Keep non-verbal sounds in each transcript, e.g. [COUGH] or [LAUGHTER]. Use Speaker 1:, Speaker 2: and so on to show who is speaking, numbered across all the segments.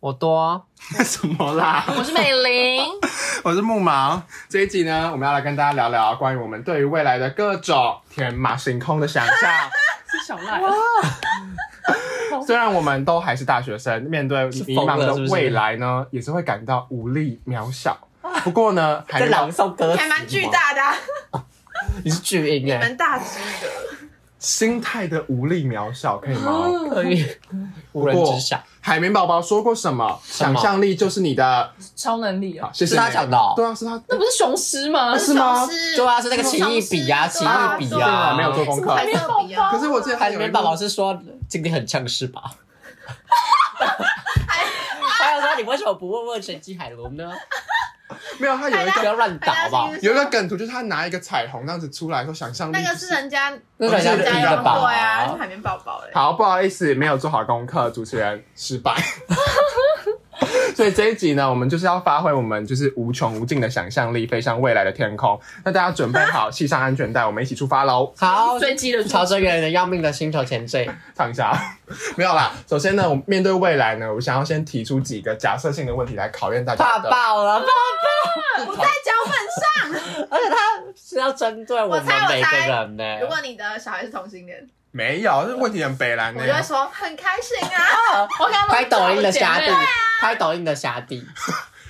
Speaker 1: 我多，啊
Speaker 2: [LAUGHS] 什么啦？
Speaker 3: 我是美玲，
Speaker 2: [LAUGHS] 我是木毛。这一集呢，我们要来跟大家聊聊关于我们对于未来的各种天马行空的想象。
Speaker 3: [LAUGHS] 是小赖，
Speaker 2: 虽然我们都还是大学生，面对迷茫的未来呢，也是会感到无力渺
Speaker 3: [LAUGHS]
Speaker 2: 小。不过呢，还
Speaker 1: 在
Speaker 2: 没到
Speaker 1: 朗诵歌词，
Speaker 4: 还蛮巨，大
Speaker 1: [LAUGHS]
Speaker 4: 的、啊，
Speaker 1: 你是巨婴哎，
Speaker 4: 蛮大只的。
Speaker 2: 心态的无力渺小，可以吗？
Speaker 3: [LAUGHS]
Speaker 1: 可 [LAUGHS] 以无人之下，
Speaker 2: 海绵宝宝说过什么？
Speaker 1: 么
Speaker 2: 想象力就是你的。
Speaker 3: 超能力
Speaker 2: 好，
Speaker 3: 啊！
Speaker 2: 谢谢
Speaker 1: 是他
Speaker 2: 你
Speaker 1: 讲的哦
Speaker 2: 对啊，是他。
Speaker 3: 那不是雄狮
Speaker 4: 哦
Speaker 3: 吗？
Speaker 2: 是吗
Speaker 1: 对啊，是那个奇异笔呀，奇
Speaker 4: 是
Speaker 1: 异笔
Speaker 4: 对
Speaker 1: 呀，
Speaker 4: 啊
Speaker 2: 没有做功课。
Speaker 4: 还是不一样，
Speaker 2: 可是我记得
Speaker 1: 海
Speaker 2: 还有一
Speaker 1: 绵
Speaker 2: 部
Speaker 1: 宝宝是说今天很呛是吧？还有说你为什么不问问神机海龙呢？
Speaker 2: 没有，他有一
Speaker 1: 不
Speaker 2: 个
Speaker 1: 要乱打好不好？
Speaker 2: 有一个梗图，就是他拿一个彩虹这样子出来说想象力。
Speaker 4: 那个是人家
Speaker 1: 那个
Speaker 2: 人家
Speaker 4: 人
Speaker 2: 第一
Speaker 4: 家
Speaker 2: 个
Speaker 4: 用
Speaker 1: 吧
Speaker 4: 过呀，是海绵宝欸宝嘞。
Speaker 2: 好，不好意思，没有做好功课，主持人失
Speaker 4: [LAUGHS]
Speaker 2: 败。所以这一集呢，我们就是要发挥我们就是无穷无尽的想象力，飞向未来的天空。那大家准备好，系上安全带，我们一起出发喽！
Speaker 1: 好，
Speaker 3: 追击的
Speaker 1: 朝着远人要命的星球前进。
Speaker 2: 唱一下， [LAUGHS] 没有啦。首先呢，我们面对未来呢，我想要先提出几个假设性的问题来考验大
Speaker 1: 怕
Speaker 2: 家的。
Speaker 1: 爆了，
Speaker 4: 不在脚本
Speaker 1: 而且他是要针对我
Speaker 4: 我
Speaker 1: 们
Speaker 4: 猜我
Speaker 1: 每个
Speaker 4: 猜
Speaker 1: 人呢、
Speaker 4: 上。如果你的小孩是同性恋，
Speaker 2: 没有，这问题很北蓝
Speaker 4: 我
Speaker 2: 呢、
Speaker 4: 就会说很开心啊，
Speaker 3: 我看
Speaker 1: 拍抖音的
Speaker 3: 侠
Speaker 1: 虾弟，拍抖音的虾弟，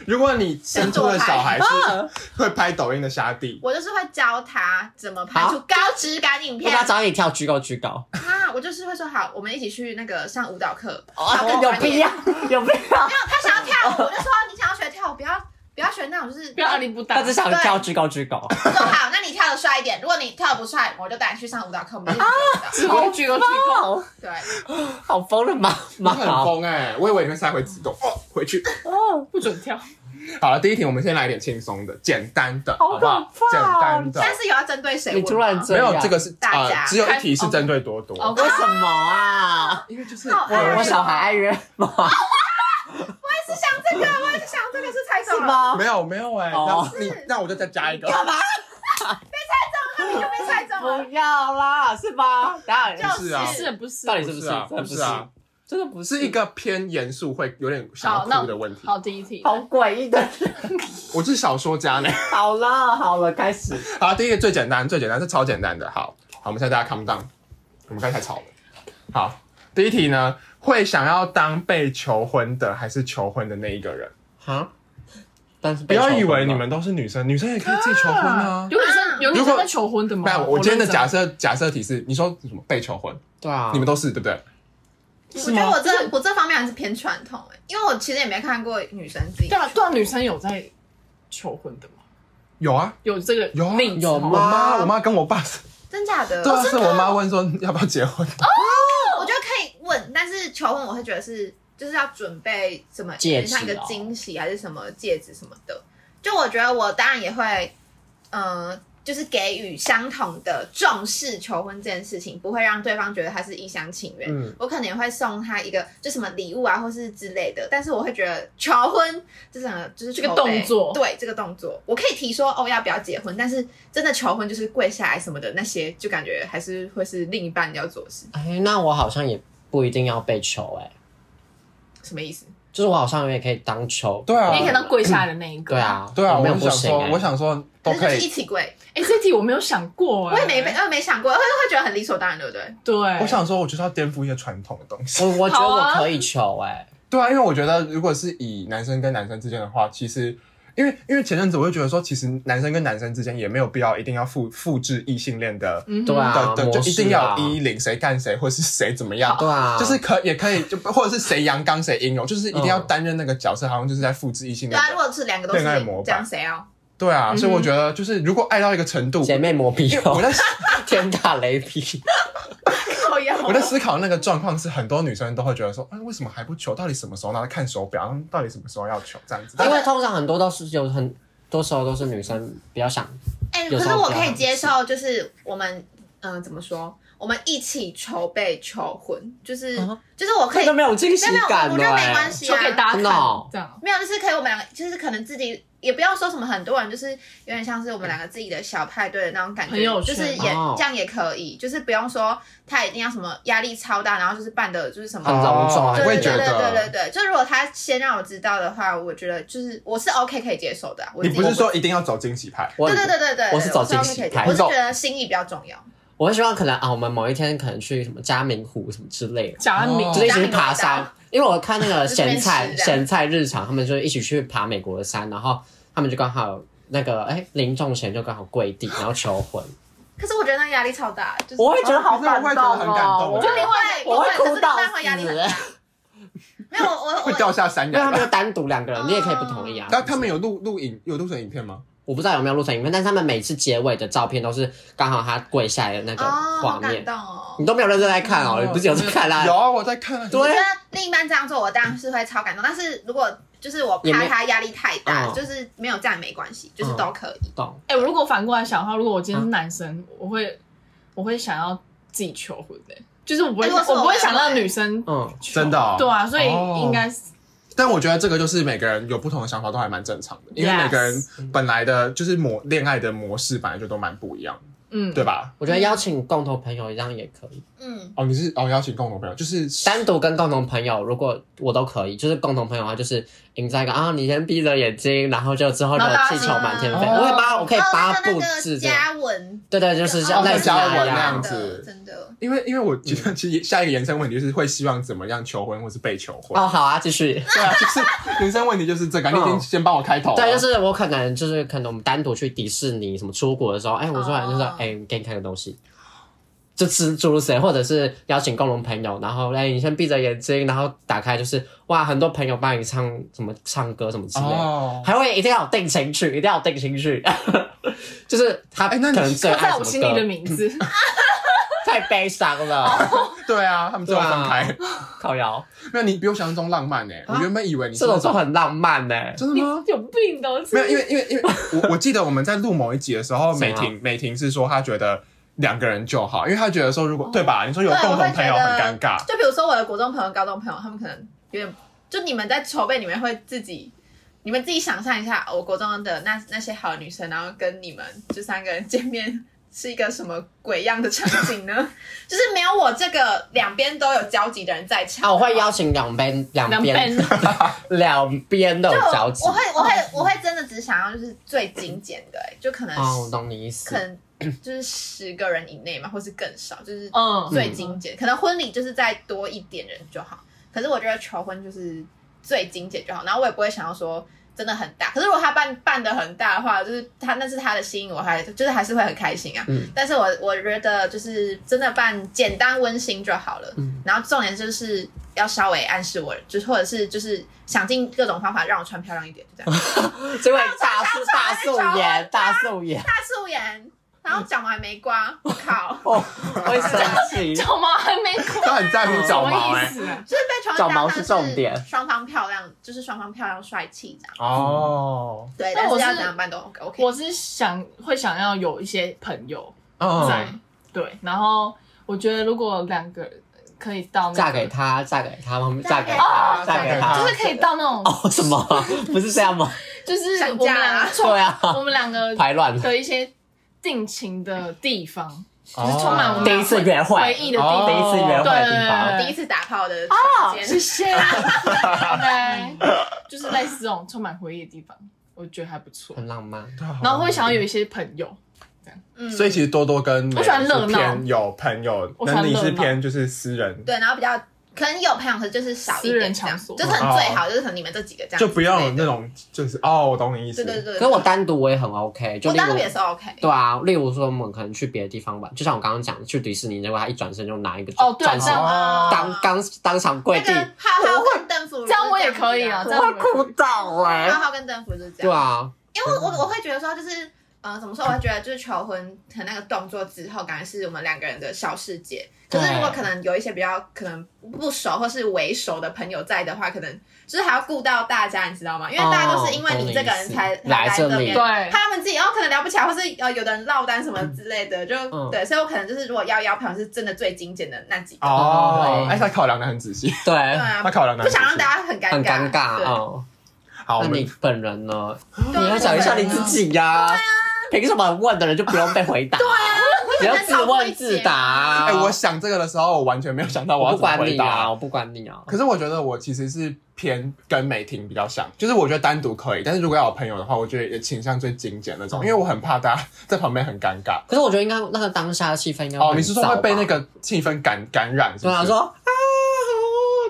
Speaker 2: 如果你生出的小孩是会拍抖音的虾弟，
Speaker 4: 我就是会教他怎么拍出高质感影
Speaker 1: 我
Speaker 4: 片
Speaker 1: 要找你跳居高居高，
Speaker 4: 啊。我就是会说好，我们一起去那个上舞蹈课，
Speaker 1: 哦有必要，有必要。
Speaker 4: 他想要跳舞，我就说你想要学跳舞，不要不要学那种就是
Speaker 3: 不要阿里不打
Speaker 1: 他只。想跳居高居高，
Speaker 4: 我说好，那你跳的帅一点。如果你跳得不帅，我就带你去上舞蹈课，我们一起去学舞蹈。
Speaker 3: 鞠躬鞠躬鞠躬，
Speaker 4: 对，
Speaker 1: [LAUGHS] 好疯的妈
Speaker 2: 你
Speaker 1: 妈
Speaker 2: 很疯哎、我以为你会塞回自动哦，回去。
Speaker 3: 不准跳，
Speaker 2: 好了，第一题我们先来一点轻松的、简单的，
Speaker 1: 好
Speaker 2: 好不
Speaker 1: 可
Speaker 2: 好？
Speaker 1: 怕
Speaker 2: 简单的，
Speaker 4: 但是有要针对谁问
Speaker 1: 你
Speaker 4: 吗？
Speaker 1: 突然这
Speaker 2: 没
Speaker 1: 样，
Speaker 2: 有这个是
Speaker 4: 大
Speaker 2: 呃，
Speaker 4: 家
Speaker 2: 只有一题是针对多多，
Speaker 3: 哦
Speaker 1: 为什么啊？
Speaker 2: 因为就是
Speaker 4: 好
Speaker 2: 我
Speaker 4: 哎
Speaker 1: 我小孩爱惹妈，
Speaker 4: 是想这个，我也是想这个是猜中
Speaker 1: 是
Speaker 4: 了，
Speaker 1: 吗？
Speaker 2: 没有没有哎，
Speaker 1: 哦
Speaker 2: 那你那我就再加一个，
Speaker 1: 干嘛？
Speaker 4: 你就被猜中了。
Speaker 1: [LAUGHS] 不要啦，是吧？当然
Speaker 4: 就是
Speaker 2: 啊
Speaker 3: 是不是
Speaker 1: 到？底是不是？
Speaker 2: 啊，
Speaker 1: 真的
Speaker 2: 不是啊，，
Speaker 1: 真的不
Speaker 2: 是一个偏严肃会有点想
Speaker 3: 好，
Speaker 2: 要
Speaker 3: 那
Speaker 2: 哭的问题。
Speaker 3: 好，第一题，
Speaker 1: 好诡异的人。
Speaker 2: 我是小说家呢。
Speaker 1: 好了好了，开始。
Speaker 2: 好，啊第一个最简单，最简单是超简单的。好，好，我们现在大家 calm down，我们刚才吵了。好，第一题呢，会想要当被求婚的还是求婚的那一个人？
Speaker 1: 哈，但是
Speaker 2: 不
Speaker 1: 被
Speaker 2: 要
Speaker 1: 求
Speaker 2: 以
Speaker 1: 婚
Speaker 2: 为
Speaker 1: 了
Speaker 2: 你们都是女生，女生也可以自己求婚啊。
Speaker 3: 有女生有女
Speaker 2: 如果
Speaker 3: 生在求婚的吗
Speaker 2: 那？我今天的假
Speaker 3: 设
Speaker 2: 设假设题是，你说什么被求婚？
Speaker 1: 对啊，
Speaker 2: 你们都是对不对？
Speaker 4: 我觉得我这我这方面还是偏传统哎，因为我其实也没看过女生自己
Speaker 3: 对。啊，对啊，女生有在求婚的吗？
Speaker 2: 有啊，
Speaker 3: 有这个
Speaker 2: 有啊
Speaker 3: 例子
Speaker 1: 有
Speaker 2: 我
Speaker 1: 吗
Speaker 3: 吗？
Speaker 2: 妈我妈跟我爸是，
Speaker 4: 真假的？
Speaker 2: 对啊，是我妈问说要不要结婚，
Speaker 4: 我觉得可以问，但是求婚我会觉得是就是要准备什么，
Speaker 1: 戒指
Speaker 4: 像一个
Speaker 1: 哦
Speaker 4: 惊喜还是什么戒指什么的。就我觉得我当然也会，呃，就是给予相同的重视求婚这件事情，不会让对方觉得他是一厢情愿。
Speaker 2: 嗯
Speaker 4: 我可能也会送他一个就什么礼物啊，或是之类的。但是我会觉得求婚这种就是
Speaker 3: 这个
Speaker 4: 筹备
Speaker 3: 动作
Speaker 4: 对这个动作，我可以提说哦要不要结婚，但是真的求婚就是跪下来什么的那些，就感觉还是会是另一半要做的事，
Speaker 1: 哎，那我好像也不一定要被求哎、
Speaker 4: 什么意思？
Speaker 1: 就是我好像也可以当求。
Speaker 2: 对啊
Speaker 3: 你也可以当跪下来的那一个。
Speaker 1: 对，啊，
Speaker 2: 对啊，
Speaker 1: 我
Speaker 2: 我
Speaker 1: 没有
Speaker 2: 就
Speaker 1: 不
Speaker 2: 想
Speaker 1: 行、
Speaker 2: 说，
Speaker 1: 哎
Speaker 2: 我想说都
Speaker 4: 可是就
Speaker 2: 可
Speaker 4: 是一
Speaker 2: 以，
Speaker 4: 起跪，
Speaker 3: 哎，这题我没有想过，哎
Speaker 4: 我也没被，我也没想过，我会会觉得很理所当然，对不对？
Speaker 3: 对，
Speaker 2: 我想说我就是要颠覆一些传统的东西。
Speaker 1: 我我觉得
Speaker 3: 好啊
Speaker 1: 我可以求哎、
Speaker 2: 对啊，因为我觉得如果是以男生跟男生之间的话，其实。因为因为前阵子我就觉得说，其实男生跟男生之间也没有必要一定要复复制异性恋的、
Speaker 3: 嗯哼
Speaker 1: 对啊
Speaker 2: 的的，就
Speaker 1: 模式
Speaker 2: 一定要
Speaker 1: 啊
Speaker 2: 一一零谁干谁，或是谁怎么样，
Speaker 1: 对啊，
Speaker 2: 就是可也可以，就或者是谁阳刚谁阴柔，就是一定要
Speaker 1: 嗯
Speaker 2: 担任那个角色，好像就是在复制异性
Speaker 4: 对
Speaker 2: 恋
Speaker 4: 啊，
Speaker 2: 的
Speaker 4: 如果是两个都是
Speaker 2: 恋爱模板
Speaker 4: 这样，谁哦要？
Speaker 2: 对啊，所以
Speaker 3: 嗯
Speaker 2: 我
Speaker 3: 哼
Speaker 2: 觉得就是如果爱到一个程度，
Speaker 1: [LAUGHS] 姐妹磨皮
Speaker 2: 因为我
Speaker 1: 哦，
Speaker 2: 在
Speaker 1: 天打雷劈。
Speaker 4: 我要，
Speaker 2: 我在思考那个状况是很多女生都会觉得说，哎，为什么还不求？到底什么时候？然后看手表，嗯到底什么时候要求？这样子，
Speaker 1: [LAUGHS] 因为通常很多都是有很多时候都是女生比较想，
Speaker 4: 哎、
Speaker 1: 有
Speaker 4: 可
Speaker 1: 时
Speaker 4: 是
Speaker 1: 候
Speaker 4: 我
Speaker 1: 比较
Speaker 4: 可以
Speaker 1: 好
Speaker 4: 接受，就是我们嗯、呃怎么说？我们一起筹备求婚，就是、
Speaker 1: 啊
Speaker 4: 就是我可
Speaker 1: 这
Speaker 4: 以
Speaker 1: 就没有惊喜
Speaker 4: 没有没有
Speaker 1: 感
Speaker 4: 我
Speaker 1: 了、
Speaker 4: 觉得没
Speaker 1: 欸
Speaker 4: 关。系
Speaker 3: 说
Speaker 4: 啊，
Speaker 3: 给大家
Speaker 1: 真
Speaker 3: 看
Speaker 1: 的哦
Speaker 3: 这样。
Speaker 4: 没有，就是可以我们两个，就是可能自己也不要说什么，很多人就是有点像是我们两个自己的小派对的那种感觉，
Speaker 3: 朋友
Speaker 4: 就
Speaker 3: 圈
Speaker 4: 是也、
Speaker 1: 哦
Speaker 4: 这样也可以，就是不用说他一定要什么压力超大，然后就是办的就是什么。
Speaker 1: 很隆重啊
Speaker 2: 哦我
Speaker 4: 对
Speaker 2: 也
Speaker 4: 对
Speaker 2: 觉
Speaker 4: 对对对对
Speaker 2: 得。
Speaker 4: 对，就如果他先让我知道的话，我觉得就是我是 OK 可以接受的啊、我
Speaker 2: 你
Speaker 4: 自己
Speaker 2: 不是说一定要走惊喜派？
Speaker 1: 我
Speaker 4: 对对对对对，
Speaker 1: 我是走惊
Speaker 4: OK
Speaker 1: 喜
Speaker 4: 可以接
Speaker 1: 派
Speaker 4: 我是
Speaker 2: 走
Speaker 4: 觉得心意比较重要。
Speaker 1: 我会希望可能啊，我们某一天可能去什么嘉明湖什么之类的，
Speaker 3: 假名
Speaker 2: 哦
Speaker 1: 就是一
Speaker 4: 嘉
Speaker 1: 起去
Speaker 4: 明湖
Speaker 1: 爬
Speaker 4: 很大
Speaker 1: 山。因为我看那个
Speaker 4: 就是边
Speaker 1: 咸菜
Speaker 4: 吃这样
Speaker 1: 咸菜日常，他们就一起去爬美国的山，然后他们就刚好那个哎临终前就刚好跪地，然后求婚。
Speaker 4: 可是我觉得那压力超大，就是
Speaker 1: 我会觉得好
Speaker 2: 可是我
Speaker 1: 感
Speaker 2: 会
Speaker 1: 动
Speaker 2: 觉得很感
Speaker 1: 哦，
Speaker 2: 动
Speaker 1: 我
Speaker 4: 就
Speaker 1: 会
Speaker 4: 另外
Speaker 1: 我会哭到
Speaker 4: 可是另外压力很大。没有我
Speaker 1: [LAUGHS]
Speaker 4: 我
Speaker 2: 会掉下山
Speaker 1: 因为他
Speaker 2: 崖
Speaker 1: 们
Speaker 2: 的。
Speaker 1: 就单独两个人，你也可以不同意啊。
Speaker 2: 那他们有录录影有录成影片吗？
Speaker 1: 我不知道有没有录成影片，但是他们每次结尾的照片都是刚好他跪下来的那个
Speaker 4: 哦，
Speaker 1: 画
Speaker 4: 好
Speaker 1: 面
Speaker 4: 感，动哦。
Speaker 1: 你都没有认真在看哦，
Speaker 3: 哦
Speaker 1: 你不是有在看啦？
Speaker 2: 有，啊，我在看。
Speaker 1: 对
Speaker 4: 我觉得另一半这样做，我当然是会超感动。但是如果就是我
Speaker 1: 也没
Speaker 4: 怕他压力太大，
Speaker 1: 嗯
Speaker 4: 就是没有这样也没关系，就是都可以。
Speaker 1: 懂。
Speaker 3: 哎、我如果反过来想的话，如果我今
Speaker 2: 嗯
Speaker 3: 天是男生，我会我会想要自己求婚的、就是我不会、
Speaker 4: 哎如果是我
Speaker 3: 我不会
Speaker 4: 我也
Speaker 3: 想
Speaker 4: 会
Speaker 3: 让女生
Speaker 1: 嗯，
Speaker 3: 求
Speaker 2: 真的哦
Speaker 3: 对啊，所以
Speaker 2: 哦
Speaker 3: 应该是、
Speaker 2: 但我觉得这个就是每个人有不同的想法，都还蛮正常的，因为
Speaker 3: Yes
Speaker 2: 每个人本来的就是模恋爱的模式本来就都蛮不一样，
Speaker 3: 嗯，
Speaker 2: 对吧？
Speaker 1: 我觉得邀请共同朋友这样也可以，
Speaker 4: 嗯，
Speaker 2: 哦，你是哦邀请共同朋友，就是
Speaker 1: 单独跟共同朋友，如果我都可以，就是共同朋友的话，就是营造一个啊，你先闭着眼睛，然后就之后就
Speaker 3: 然后大家
Speaker 1: 气球满天飞。
Speaker 2: 哦
Speaker 1: 我会帮，我可以
Speaker 4: 哦
Speaker 1: 八
Speaker 4: 那
Speaker 1: 布
Speaker 4: 个那
Speaker 1: 置
Speaker 4: 个
Speaker 1: 这样，
Speaker 4: 嘉文，
Speaker 1: 对对，就是像
Speaker 2: 哦
Speaker 1: 类
Speaker 2: 那
Speaker 1: 似
Speaker 2: 嘉文
Speaker 1: 那
Speaker 2: 那
Speaker 1: 样
Speaker 2: 样。子
Speaker 4: 真的。
Speaker 2: 因为因为我觉
Speaker 4: 嗯
Speaker 2: 得其实下一个延伸问题就是会希望怎么样求婚或是被求婚。
Speaker 1: 哦，好啊，继续。
Speaker 2: 对啊，就是延伸问题就
Speaker 4: [LAUGHS]
Speaker 2: 是这个，你已经先帮我开头了。
Speaker 1: 对，啊就是我可能就是可能我们单独去迪士尼什么出国的时候，哎、我说完就说，
Speaker 4: 哦
Speaker 1: 哎、给你看个东西，就吃诸如此类，或者是邀请共同朋友，然后哎、你先闭着眼睛，然后打开就是哇，很多朋友帮你唱什么唱歌什么之类的，
Speaker 2: 哦，
Speaker 1: 还会一定要有定情曲，一定要有定情曲， [LAUGHS] 就是他可
Speaker 2: 哎那
Speaker 1: 能
Speaker 2: 你
Speaker 1: 最
Speaker 3: 刻
Speaker 1: 爱
Speaker 3: 在
Speaker 1: 什
Speaker 3: 我
Speaker 1: 么
Speaker 3: 心里的
Speaker 1: 歌，
Speaker 3: 名字。
Speaker 1: 太悲伤了，
Speaker 2: 对啊，他们最后分开，
Speaker 1: 靠谣，
Speaker 2: 没有你比我想象中浪漫呢。欸
Speaker 4: 啊
Speaker 2: 我原本以为你是
Speaker 1: 这
Speaker 2: 那
Speaker 1: 种就
Speaker 2: 种
Speaker 1: 很浪漫呢、
Speaker 2: 真
Speaker 3: 你
Speaker 2: 的吗？
Speaker 3: 有病的，
Speaker 2: 没有，因为因为因为我我记得我们在录某一集的时
Speaker 3: [LAUGHS]
Speaker 2: 候，
Speaker 1: 什么
Speaker 2: 美婷美婷是说她觉得两个人就好，因为她觉得说如
Speaker 4: 哦
Speaker 2: 果对吧，你说有共同朋友很尴尬，
Speaker 4: 就比如说我的国中朋友、高中朋友，他们可能有点，就你们在筹备，你们会自己。你们自己想象一下，我国中的那那些好女生，然后跟你们这三个人见面，是一个什么鬼样的场景呢？就是没有我这个两边都有交集的人在场。
Speaker 1: 啊，我会邀请两边两
Speaker 3: 两
Speaker 1: 边
Speaker 3: 边
Speaker 1: [LAUGHS] 两边都有
Speaker 4: 就
Speaker 1: 交集
Speaker 4: 我。会我会我会真的只想要就是最精简的、欸，就可能、
Speaker 1: 哦，我懂你意思。
Speaker 4: 可能就是十个人以内嘛，或是更少，就是
Speaker 1: [LAUGHS]
Speaker 3: 嗯，
Speaker 4: 最精简。可能婚礼就是再多一点人就好，可是我觉得求婚就是最精简就好。然后我也不会想要说真的很大，可是如果他办办的很大的话，就是他那是他的心意，我还就是还是会很开心啊。
Speaker 1: 嗯
Speaker 4: 但是我我觉得就是真的办简单温馨就好了。
Speaker 1: 嗯
Speaker 4: 然后重点就是要稍微暗示我，就是或者是就是想尽各种方法让我穿漂亮一点，就这样。
Speaker 1: [LAUGHS] 这位大素大素颜大素颜，
Speaker 4: 大素颜，然后脚毛还没刮，我
Speaker 1: [LAUGHS]！
Speaker 4: 靠
Speaker 1: 哦，会生
Speaker 2: 嗯
Speaker 1: 气。
Speaker 3: 脚毛还没刮，
Speaker 2: 她很在乎
Speaker 3: 什
Speaker 2: 脚毛
Speaker 3: 么意
Speaker 2: 哎。
Speaker 3: 思啊？
Speaker 4: 就是被传
Speaker 1: 脚毛是重点
Speaker 4: 双方漂亮，就是双方漂亮帅气这样。
Speaker 2: 哦，
Speaker 4: 对，
Speaker 3: 那
Speaker 4: 但
Speaker 3: 我
Speaker 4: 是
Speaker 3: 是
Speaker 4: 要怎么办都 OK。OK 哦
Speaker 3: 我是想会想要有一些朋友在
Speaker 2: 嗯，，
Speaker 3: 对，然后我觉得如果两个人可以到那个
Speaker 1: 嫁给他，嫁给他，我们嫁给
Speaker 2: 哦
Speaker 1: 他，嫁给
Speaker 2: 嫁
Speaker 1: 他
Speaker 3: 就
Speaker 2: 给。
Speaker 3: 是可以到那种，
Speaker 1: 哦，什么？不是这样吗？
Speaker 3: 就是
Speaker 4: 想
Speaker 3: 我们
Speaker 4: 嫁
Speaker 3: 两
Speaker 4: 啊
Speaker 3: 个
Speaker 1: [LAUGHS] 对啊，
Speaker 3: 我们两个
Speaker 1: 排
Speaker 3: [LAUGHS]
Speaker 1: 乱。
Speaker 3: 的一些定情的地方，
Speaker 2: 就是
Speaker 3: 充满我们
Speaker 1: 第一次约会
Speaker 3: 回忆的地方。
Speaker 1: 第一次约会的地
Speaker 3: 对
Speaker 1: 方，
Speaker 4: 第一次打炮的
Speaker 3: 哦
Speaker 4: 时
Speaker 3: 谢
Speaker 4: 间，
Speaker 3: [LAUGHS] 谢，拜拜。就是类似这种充满回忆的地方，我觉得还不错。
Speaker 1: 很浪漫。
Speaker 3: 然后会想要有一些朋友，
Speaker 4: 嗯，
Speaker 2: 哦所以其实多多跟美
Speaker 3: 我喜欢热闹
Speaker 2: 是偏有朋友，
Speaker 3: 我喜
Speaker 2: 那
Speaker 3: 欢
Speaker 2: 你是
Speaker 3: 热闹
Speaker 2: 偏就是私人，
Speaker 4: 对，然后比较可能有朋友，可是就是少一
Speaker 3: 私人
Speaker 4: 点这样，
Speaker 3: 场所
Speaker 4: 就可能最好就是可能你们这几个这样，
Speaker 2: 哦就不要有。那种就是哦，我懂你意思。
Speaker 4: 对对对，
Speaker 1: 可是我单独我也很 OK，就
Speaker 4: 我
Speaker 1: 例
Speaker 4: 当
Speaker 1: 如
Speaker 4: 时也是 OK。
Speaker 1: 对啊，例如说我们可能去别的地方玩，就像我刚刚讲去迪士尼，结果他一转身就拿一个
Speaker 3: 哦对
Speaker 1: 钻石
Speaker 3: 这样
Speaker 2: 哦
Speaker 1: 当当当场跪
Speaker 4: 那
Speaker 1: 地
Speaker 4: 个，浩浩跟邓福如
Speaker 3: 这样我也
Speaker 4: 是
Speaker 3: 可以啊
Speaker 4: 子
Speaker 3: 这样
Speaker 1: 我哭到哎
Speaker 4: 浩。浩跟邓福如是这
Speaker 1: 对
Speaker 4: 样，
Speaker 1: 啊，
Speaker 4: 因为我我会觉得说就是。呃，怎么说？我会觉得就是求婚的那个动作之后，感觉是我们两个人的小世界。可是如果
Speaker 1: 对
Speaker 4: 可能有一些比较可能不熟或是为熟的朋友在的话，可能就是还要顾到大家，你知道吗？因为大家都是因为你这个人才
Speaker 1: 哦懂你意思
Speaker 4: 才
Speaker 1: 来这
Speaker 4: 这
Speaker 1: 里
Speaker 4: 边，
Speaker 3: 对
Speaker 4: 他们自己哦可能聊不起来，或是呃有的人落单什么之类的，就、
Speaker 1: 嗯
Speaker 4: 对。所以我可能就是如果要邀朋友，是真的最精简的那几个，
Speaker 2: 哦
Speaker 1: 对，
Speaker 2: 哎，他考量的很仔细，
Speaker 4: 对
Speaker 1: 对，
Speaker 4: 啊
Speaker 2: 他，考量的
Speaker 4: 不想让大家很尴
Speaker 1: 很尴尬
Speaker 4: 对
Speaker 1: 哦。
Speaker 2: 好，我
Speaker 1: 那
Speaker 2: 们
Speaker 1: 你本人呢？
Speaker 4: 对啊
Speaker 1: 你要讲一下你自己呀。凭什么问的人就不用被回答？对啊，你要自问自答啊。
Speaker 2: 哎，我想这个的时候，我完全没有想到我
Speaker 1: 我
Speaker 2: 要
Speaker 1: 不
Speaker 2: 怎么
Speaker 1: 管
Speaker 2: 回
Speaker 1: 你
Speaker 2: 答
Speaker 1: 啊，。我不管你啊。
Speaker 2: 可是我觉得我其实是偏跟美婷比较像，就是我觉得单独可以，但是如果要有朋友的话，我觉得也倾向最精简那种，
Speaker 1: 嗯
Speaker 2: 因为我很怕大家 [LAUGHS] 在旁边很尴尬。
Speaker 1: 可是我觉得应该那个当下的气氛应该
Speaker 2: 哦，你是说
Speaker 1: 很燥
Speaker 2: 会
Speaker 1: 吧
Speaker 2: 被那个气氛感感染是
Speaker 1: 对
Speaker 2: 不
Speaker 1: 啊
Speaker 2: 是？
Speaker 1: 说啊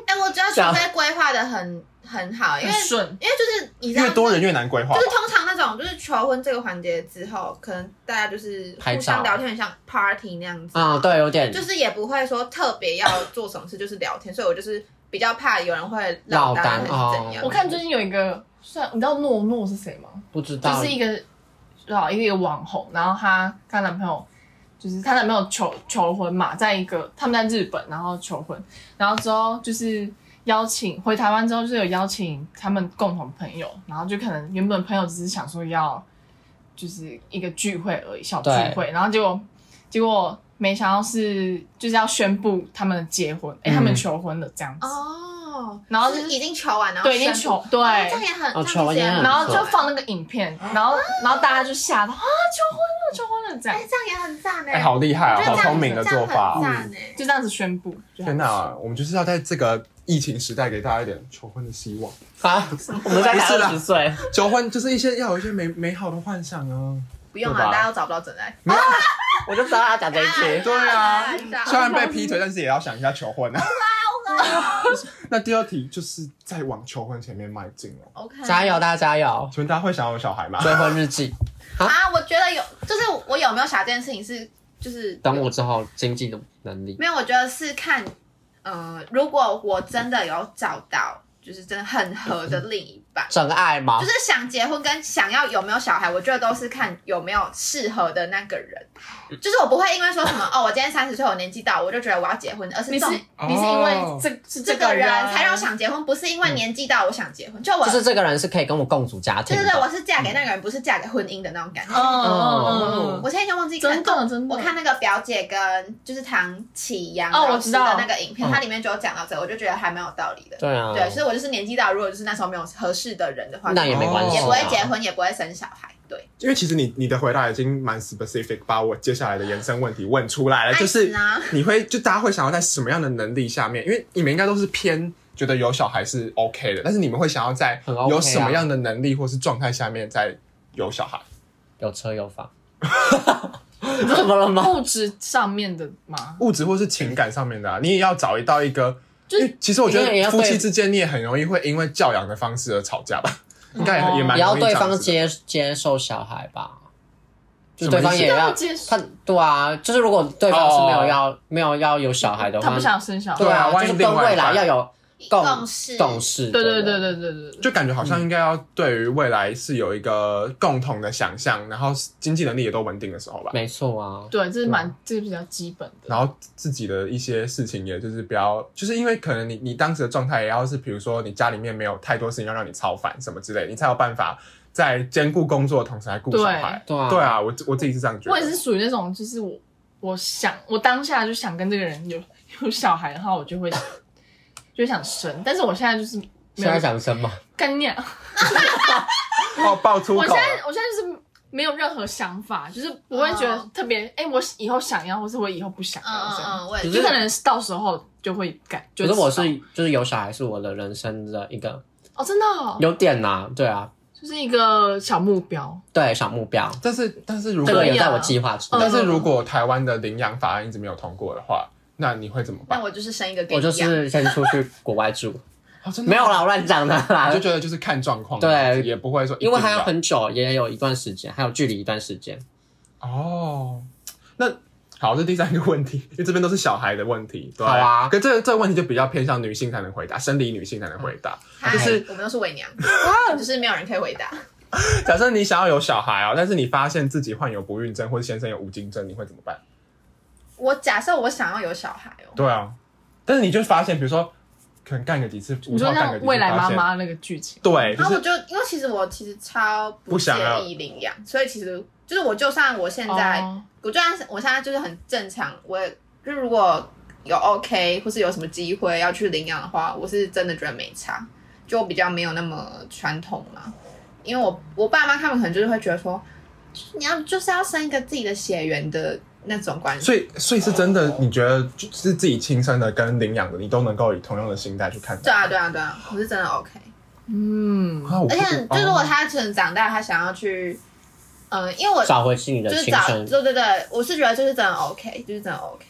Speaker 4: 哎、我觉得除非规划的很很好，因为
Speaker 3: 很顺，
Speaker 4: 因为就是你知道
Speaker 2: 越多人越难规划
Speaker 4: 就是。通常那种就是求婚这个环节之后，可能大家就是
Speaker 1: 拍
Speaker 4: 互
Speaker 1: 照
Speaker 4: 相聊天，很像 party 那样子。
Speaker 1: 啊，对，有点
Speaker 4: 就是也不会说特别要做什么事，就是聊天，所以我就是比较怕有人会落单还
Speaker 1: 落单
Speaker 4: 是怎样。
Speaker 1: 哦
Speaker 3: 我看最近有一个，算你知道诺诺是谁吗？
Speaker 1: 不知道，
Speaker 3: 就是一个啊一个网红，然后她她男朋友就是她男朋友求求婚嘛，在一个他们在日本，然后求婚，然后之后就是邀请回台湾之后，就是有邀请他们共同朋友，然后就可能原本朋友只是想说要就是一个聚会而已，小聚
Speaker 1: 对
Speaker 3: 会，然后结果结果没想到是就是要宣布他们结婚，哎、
Speaker 2: 嗯
Speaker 3: 他们求婚了这样子，
Speaker 4: 哦，
Speaker 3: 然后就是是
Speaker 4: 已经求完，然后
Speaker 3: 对，已经
Speaker 4: 宣
Speaker 3: 求
Speaker 4: 布
Speaker 3: 对。
Speaker 4: 哦这样也很，这
Speaker 1: 哦求
Speaker 4: 样
Speaker 1: 完
Speaker 4: 子也
Speaker 1: 也
Speaker 4: 很
Speaker 1: 很
Speaker 4: 不错
Speaker 3: 然后就放那个影片，然后然后大家就吓到啊，求婚了，求婚了，这样
Speaker 4: 哎，这样也很赞哎，
Speaker 2: 哎，好厉害
Speaker 4: 我
Speaker 2: 啊，
Speaker 4: 觉得
Speaker 2: 好
Speaker 4: 这样
Speaker 2: 聪明的做法嗯
Speaker 4: 这。样很赞哎。
Speaker 3: 就这样子宣布。就
Speaker 2: 天哪，我们就是要在这个疫情时代给大家一点求婚的希望。
Speaker 1: 啊，我们在
Speaker 2: 不是
Speaker 1: 才
Speaker 2: 啦
Speaker 1: 二十岁，
Speaker 2: 求婚就是一些要有一些美美好的幻想啊。
Speaker 4: 不用
Speaker 2: 对
Speaker 4: 啊，
Speaker 2: 吧
Speaker 4: 大家都找不到真爱。
Speaker 1: 我就知道他讲这一句。
Speaker 2: 对啊虽
Speaker 4: 虽
Speaker 2: 然被劈腿，但是也要想一下求婚啊。那第二题就是在往求婚前面迈进了。
Speaker 4: OK，
Speaker 1: [LAUGHS] 加油，大家加油！
Speaker 2: 请问大家会想要有小孩吗？
Speaker 1: 追婚日记，
Speaker 4: 啊！我觉得有，就是我有没有想这件事情是，就是
Speaker 1: 等我之后经济的能力，
Speaker 4: 没有，我觉得是看，呃，如果我真的有找到，就是真的很合的另一半，
Speaker 1: 真爱吗
Speaker 4: 就？是想结婚跟想要有没有小孩，我觉得都是看有没有适合的那个人。就是我不会因为说什么哦，我今天三十岁，我年纪到，我就觉得我要结婚，而是
Speaker 3: 你
Speaker 4: 这
Speaker 3: 是
Speaker 4: 种
Speaker 2: 哦
Speaker 3: 你是因为这是
Speaker 4: 这
Speaker 3: 个
Speaker 4: 个人才让
Speaker 3: 要
Speaker 4: 我想结婚，不是因为年纪到我想结婚，就我。
Speaker 1: 就是这个人是可以跟我共组家
Speaker 4: 对
Speaker 1: 庭的。
Speaker 4: 对对，我是嫁给那个人，不是嫁给婚姻的那种感觉。
Speaker 3: 嗯嗯嗯嗯，
Speaker 4: 我现在已经忘记看哦
Speaker 3: 真的真的，
Speaker 4: 我看那个表姐跟就是唐启阳
Speaker 3: 哦
Speaker 4: 老
Speaker 3: 我
Speaker 4: 师
Speaker 3: 知
Speaker 4: 的
Speaker 3: 道
Speaker 4: 那个影片，
Speaker 1: 嗯
Speaker 4: 它里面就有讲到这个，我就觉得还蛮有道理的。
Speaker 1: 对啊，
Speaker 4: 对，所以我就是年纪大，如果就是那时候没有合适的人的话，哦
Speaker 1: 那也没关系啊，
Speaker 4: 也不会结婚，也不会生小孩。对，
Speaker 2: 因为其实你你的回答已经蛮 specific，把我接下来的延伸问题问出来了，哎就是
Speaker 4: 爱死啊
Speaker 2: 你会就大家会想要在什么样的能力下面？因为你们应该都是偏觉得有小孩是 OK 的，但是你们会想要在
Speaker 1: 很 OK 啊
Speaker 2: 有什么样的能力或是状态下面再有小孩？
Speaker 1: 有车有房。怎么了吗？
Speaker 3: 物质上面的嘛，
Speaker 2: 物质或是情感上面的、啊，你也要找一到一个。
Speaker 3: 就
Speaker 2: 因
Speaker 3: 是
Speaker 2: 为其实我觉
Speaker 1: 因为
Speaker 2: 得
Speaker 1: 也要对
Speaker 2: 夫妻之间你也很容易会因为教养的方式而吵架吧，应该也也蛮
Speaker 1: 也嗯要
Speaker 2: 容易这
Speaker 1: 对
Speaker 2: 样
Speaker 1: 方
Speaker 2: 子的。
Speaker 1: 接接受小孩吧，就
Speaker 2: 什么
Speaker 1: 对
Speaker 2: 意思
Speaker 1: 方也要
Speaker 3: 接受
Speaker 1: 他对啊，就是如果对方是没有要没有要有小孩的
Speaker 3: 他
Speaker 1: 话
Speaker 3: 不，想生小孩
Speaker 1: 对。啊，
Speaker 2: 万
Speaker 1: 就
Speaker 2: 一
Speaker 1: 是
Speaker 2: 另
Speaker 1: 跟
Speaker 2: 外一
Speaker 1: 未来
Speaker 2: 半
Speaker 1: 要有共
Speaker 4: 共识，
Speaker 1: 共识。
Speaker 3: 对对对对对对对，
Speaker 2: 就感觉好像应该要对于未来是有一个共同的想象，然后经济能力也都稳定的时候吧，
Speaker 1: 没错啊，
Speaker 3: 对，这是蛮这是比较基本的。
Speaker 2: 然后自己的一些事情也就是不要，就是因为可能你你当时的状态也要是，比如说你家里面没有太多事情要让你操烦什么之类，你才有办法在兼顾工作的同时还顾小孩。
Speaker 1: 对啊
Speaker 2: 对啊，我我自己是这样觉得。
Speaker 3: 我也是属于那种，就是我我想我当下就想跟这个人有有小孩的话，我就会就想生，但是我现在就是没
Speaker 1: 现在
Speaker 3: 有
Speaker 1: 想生吗？
Speaker 3: 干念。
Speaker 2: 哦，爆粗
Speaker 3: 我
Speaker 2: 口
Speaker 3: 现
Speaker 2: 了
Speaker 3: 在我现在就是没有任何想法，就是不会觉得
Speaker 4: 嗯
Speaker 3: 特别，哎、我以后想要，或是我以后不想
Speaker 4: 嗯
Speaker 3: 要
Speaker 4: 嗯
Speaker 3: 这样。
Speaker 4: 嗯，我也
Speaker 1: 可
Speaker 3: 就是可能是到时候就会改，就
Speaker 1: 可是我
Speaker 3: 知道
Speaker 1: 是就是有小孩是我的人生的一个
Speaker 3: 哦，真的、哦，
Speaker 1: 有点呐、对啊，
Speaker 3: 就是一个小目标，
Speaker 1: 对小目标，
Speaker 2: 但是但是如
Speaker 1: 这
Speaker 2: 果
Speaker 1: 个也嗯在我计划之内
Speaker 2: 但。是如果台湾的领养法案一直没有通过的话，那你会怎么
Speaker 4: 那
Speaker 2: 办？
Speaker 4: 我就是生一个给
Speaker 1: 我
Speaker 4: 你
Speaker 1: 就
Speaker 4: 养
Speaker 1: 是先出去国外住，
Speaker 2: 哦真的
Speaker 1: 没有
Speaker 2: 吗
Speaker 1: 啦，我乱讲的
Speaker 2: [LAUGHS]
Speaker 1: 啦
Speaker 2: 我就。觉得就是看状况，啊
Speaker 1: 对
Speaker 2: 也不会说一定
Speaker 1: 因为还要
Speaker 2: 要
Speaker 1: 很久，也有一段时间，还有距离一段时间。
Speaker 2: 哦。那好，这第三个问题，因为这边都是小孩的问题，对
Speaker 1: 好啊
Speaker 2: 可这个这个问题就比较偏向女性才能回答，生理女性才能回答。
Speaker 4: 嗨
Speaker 1: 就是
Speaker 4: 我们都是伪娘，就是没有人可以回答。
Speaker 1: 嗯
Speaker 2: 假设你想要有小孩哦，但是你发现自己患有不孕症或者先生有无精症，你会怎么办？
Speaker 4: 我假设我想要有小孩哦，
Speaker 2: 对啊，但是你就发现，比如说可能干个几次，
Speaker 3: 你
Speaker 2: 你
Speaker 3: 说像未来妈，妈那个剧情，
Speaker 2: 对，就
Speaker 4: 然后我
Speaker 2: 是
Speaker 4: 就因为其实我其实超
Speaker 2: 不
Speaker 4: 不介
Speaker 2: 想要
Speaker 4: 意领养，所以其实就是我就算我现在，
Speaker 3: 哦
Speaker 4: 我就算是我现在就是很正常，我也就如果有 OK 或是有什么机会要去领养的话，我是真的觉得没差，就我比较没有那么传统嘛，因为我我爸妈他们可能就是会觉得说，你要就是要生一个自己的血缘的那种关系，
Speaker 2: 所以所以是真的，你觉得就是自己亲生的跟领养的，你都能够以同样的心态去看待。
Speaker 4: 对啊对啊对啊，我是真的 OK。
Speaker 3: 嗯，
Speaker 2: 啊，我
Speaker 4: 而且
Speaker 2: 不
Speaker 4: 就如果
Speaker 2: 哦
Speaker 4: 他可能长大，他想要去，嗯、因为我
Speaker 1: 找回是你的
Speaker 4: 就是
Speaker 1: 亲
Speaker 4: 找，
Speaker 1: 生。
Speaker 4: 对对对，我是觉得就是真的 OK，就是真的 OK，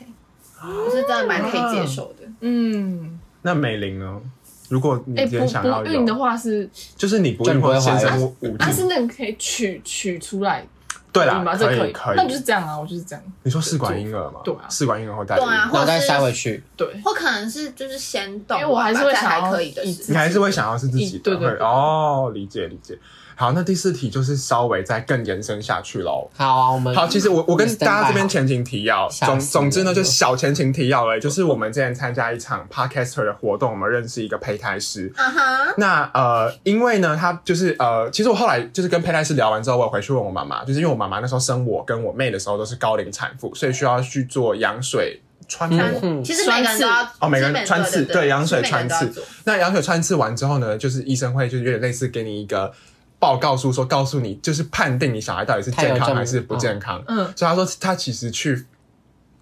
Speaker 4: 我是真的蛮可以接受的。
Speaker 3: 嗯，
Speaker 2: 那美玲呢？如果你
Speaker 3: 哎、
Speaker 2: 今天
Speaker 3: 不
Speaker 2: 想要
Speaker 3: 不
Speaker 2: 有，
Speaker 3: 孕的话是，
Speaker 2: 就是你不
Speaker 1: 就
Speaker 2: 孕
Speaker 1: 你不
Speaker 2: 或
Speaker 1: 会
Speaker 2: 者先
Speaker 1: 怀孕
Speaker 2: 生无无
Speaker 3: 它是
Speaker 2: 精，
Speaker 3: 那个可以取取出来
Speaker 2: 对啦
Speaker 3: 孕吗？，这
Speaker 2: 可
Speaker 3: 可
Speaker 2: 以可以，
Speaker 3: 那我就是这样啊，我就是这样，
Speaker 2: 你说试管婴儿吗？
Speaker 3: 对啊
Speaker 2: 试管婴儿后代
Speaker 4: 对啊，
Speaker 1: 然
Speaker 4: 或
Speaker 1: 后
Speaker 4: 者
Speaker 1: 再
Speaker 4: 是
Speaker 1: 塞回去，
Speaker 3: 对，
Speaker 4: 或可能是就是先动吧，
Speaker 3: 因为我还是会
Speaker 4: 但
Speaker 3: 想要
Speaker 4: 还可以的
Speaker 3: 以
Speaker 4: 事
Speaker 2: 你
Speaker 4: 情。
Speaker 2: 还是会想要是自己的，
Speaker 3: 对对对
Speaker 2: 会哦，理解理解。好，那第四题就是稍微再更延伸下去喽。
Speaker 1: 好啊，我们
Speaker 2: 好，其实我我跟
Speaker 1: stand by
Speaker 2: 大家这边
Speaker 1: 好
Speaker 2: 前情提要，
Speaker 1: 吓
Speaker 2: 总
Speaker 1: 死
Speaker 2: 总之呢，
Speaker 1: 人
Speaker 2: 就
Speaker 1: 了
Speaker 2: 小前情提要了，就是我们之前参加一场 podcaster 的活动，我们认识一个胚胎师，
Speaker 4: 嗯哼，
Speaker 2: 那呃，因为呢，他就是呃，其实我后来就是跟胚胎师聊完之后，我有回去问我妈妈，就是因为我妈妈那时候生我跟我妹的时候都是高龄产妇，所以需要去做羊水穿模。
Speaker 1: 嗯
Speaker 4: 其实每个人都要
Speaker 2: 哦每个人
Speaker 4: 其实
Speaker 2: 穿刺
Speaker 4: 对
Speaker 2: 对羊水
Speaker 4: 其实每个人都要
Speaker 2: 穿刺
Speaker 4: 做
Speaker 2: 那羊水穿刺完之后呢，就是医生会就是有点类似给你一个报告书，说告诉你就是判定你小孩到底是健
Speaker 1: 他有
Speaker 2: 康
Speaker 1: 证
Speaker 2: 还是不健康。
Speaker 3: 嗯，
Speaker 2: 所以他说他其实去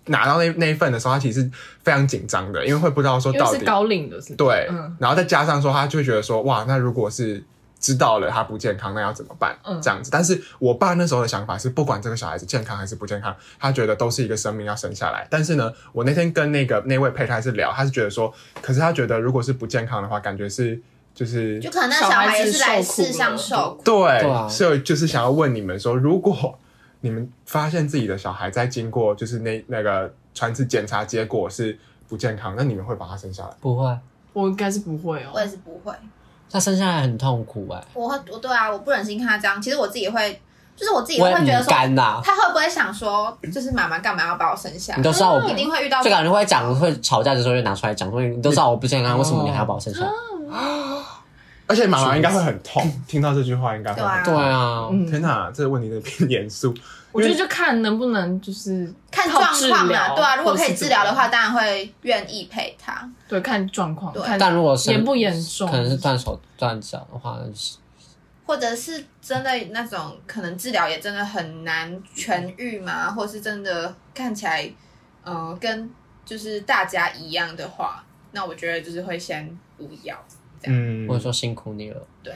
Speaker 2: 拿到那那一份的时候，他其实是非常紧张的，因为会不知道说
Speaker 3: 因为
Speaker 2: 到
Speaker 3: 是
Speaker 2: 底
Speaker 3: 高领的是，
Speaker 2: 对，
Speaker 3: 嗯
Speaker 2: 然后再加上说，他就会觉得说，哇，那如果是知道了他不健康，那要怎么办？
Speaker 3: 嗯
Speaker 2: 这样子。但是我爸那时候的想法是，不管这个小孩子健康还是不健康，他觉得都是一个生命要生下来。但是呢，我那天跟那个那位胚胎是聊，他是觉得说，可是他觉得如果是不健康的话，感觉是就是
Speaker 4: 就可能那小
Speaker 3: 小孩
Speaker 4: 孩也
Speaker 3: 子
Speaker 4: 是来
Speaker 3: 受苦
Speaker 4: 世上
Speaker 3: 了
Speaker 4: 受苦，
Speaker 2: 对，
Speaker 1: 啊
Speaker 2: 所以就是想要问你们说，如果你们发现自己的小孩在经过就是那那个穿刺检查结果是不健康，那你们会把他生下来吗？
Speaker 1: 不会，
Speaker 3: 我应该是不会哦、
Speaker 4: 我也是不会。
Speaker 1: 他生下来很痛苦哎、
Speaker 4: 我会，我对啊，我不忍心看他这样。其实我自己会，就是我自己
Speaker 1: 我
Speaker 4: 会
Speaker 1: 也
Speaker 4: 觉得
Speaker 3: 啊
Speaker 1: 很
Speaker 4: 说，
Speaker 1: 干呐、
Speaker 4: 他会不会想说，就是妈妈干嘛要把我生下来？
Speaker 1: 你都知道我
Speaker 4: 嗯一定会遇到
Speaker 1: 就感觉会讲会吵架的时候就拿出来讲，所以你都知道我不健
Speaker 4: 嗯
Speaker 1: 康，为什么你还要把我生下来？
Speaker 2: 而且妈妈应该会很痛，听到这句话应该会很
Speaker 1: 对
Speaker 2: 痛。
Speaker 1: 啊，
Speaker 3: 嗯
Speaker 2: 天哪，这个问题真的变严肃。
Speaker 3: 我觉得就看能不能就是
Speaker 4: 看
Speaker 3: 靠
Speaker 4: 状
Speaker 3: 治
Speaker 4: 况啦，
Speaker 3: 疗
Speaker 4: 对啊，如果
Speaker 3: 或是
Speaker 4: 可以
Speaker 3: 怎
Speaker 4: 治
Speaker 3: 么
Speaker 4: 疗的
Speaker 3: 样
Speaker 4: 话，当然会愿意陪他。
Speaker 3: 对，看状况，
Speaker 4: 对
Speaker 3: 看
Speaker 1: 但如果是
Speaker 3: 严不严重，
Speaker 1: 可能是断手断脚的话，那就是
Speaker 4: 或者是真的那种可能治疗也真的很难痊愈嘛，或是真的看起来，嗯、跟就是大家一样的话，那我觉得就是会先不要。
Speaker 2: 嗯，
Speaker 1: 我说辛苦你了。
Speaker 4: 对，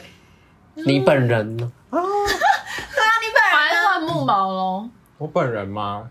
Speaker 1: 你本人呢？
Speaker 3: 反正换木毛喽。
Speaker 2: 我本人吗？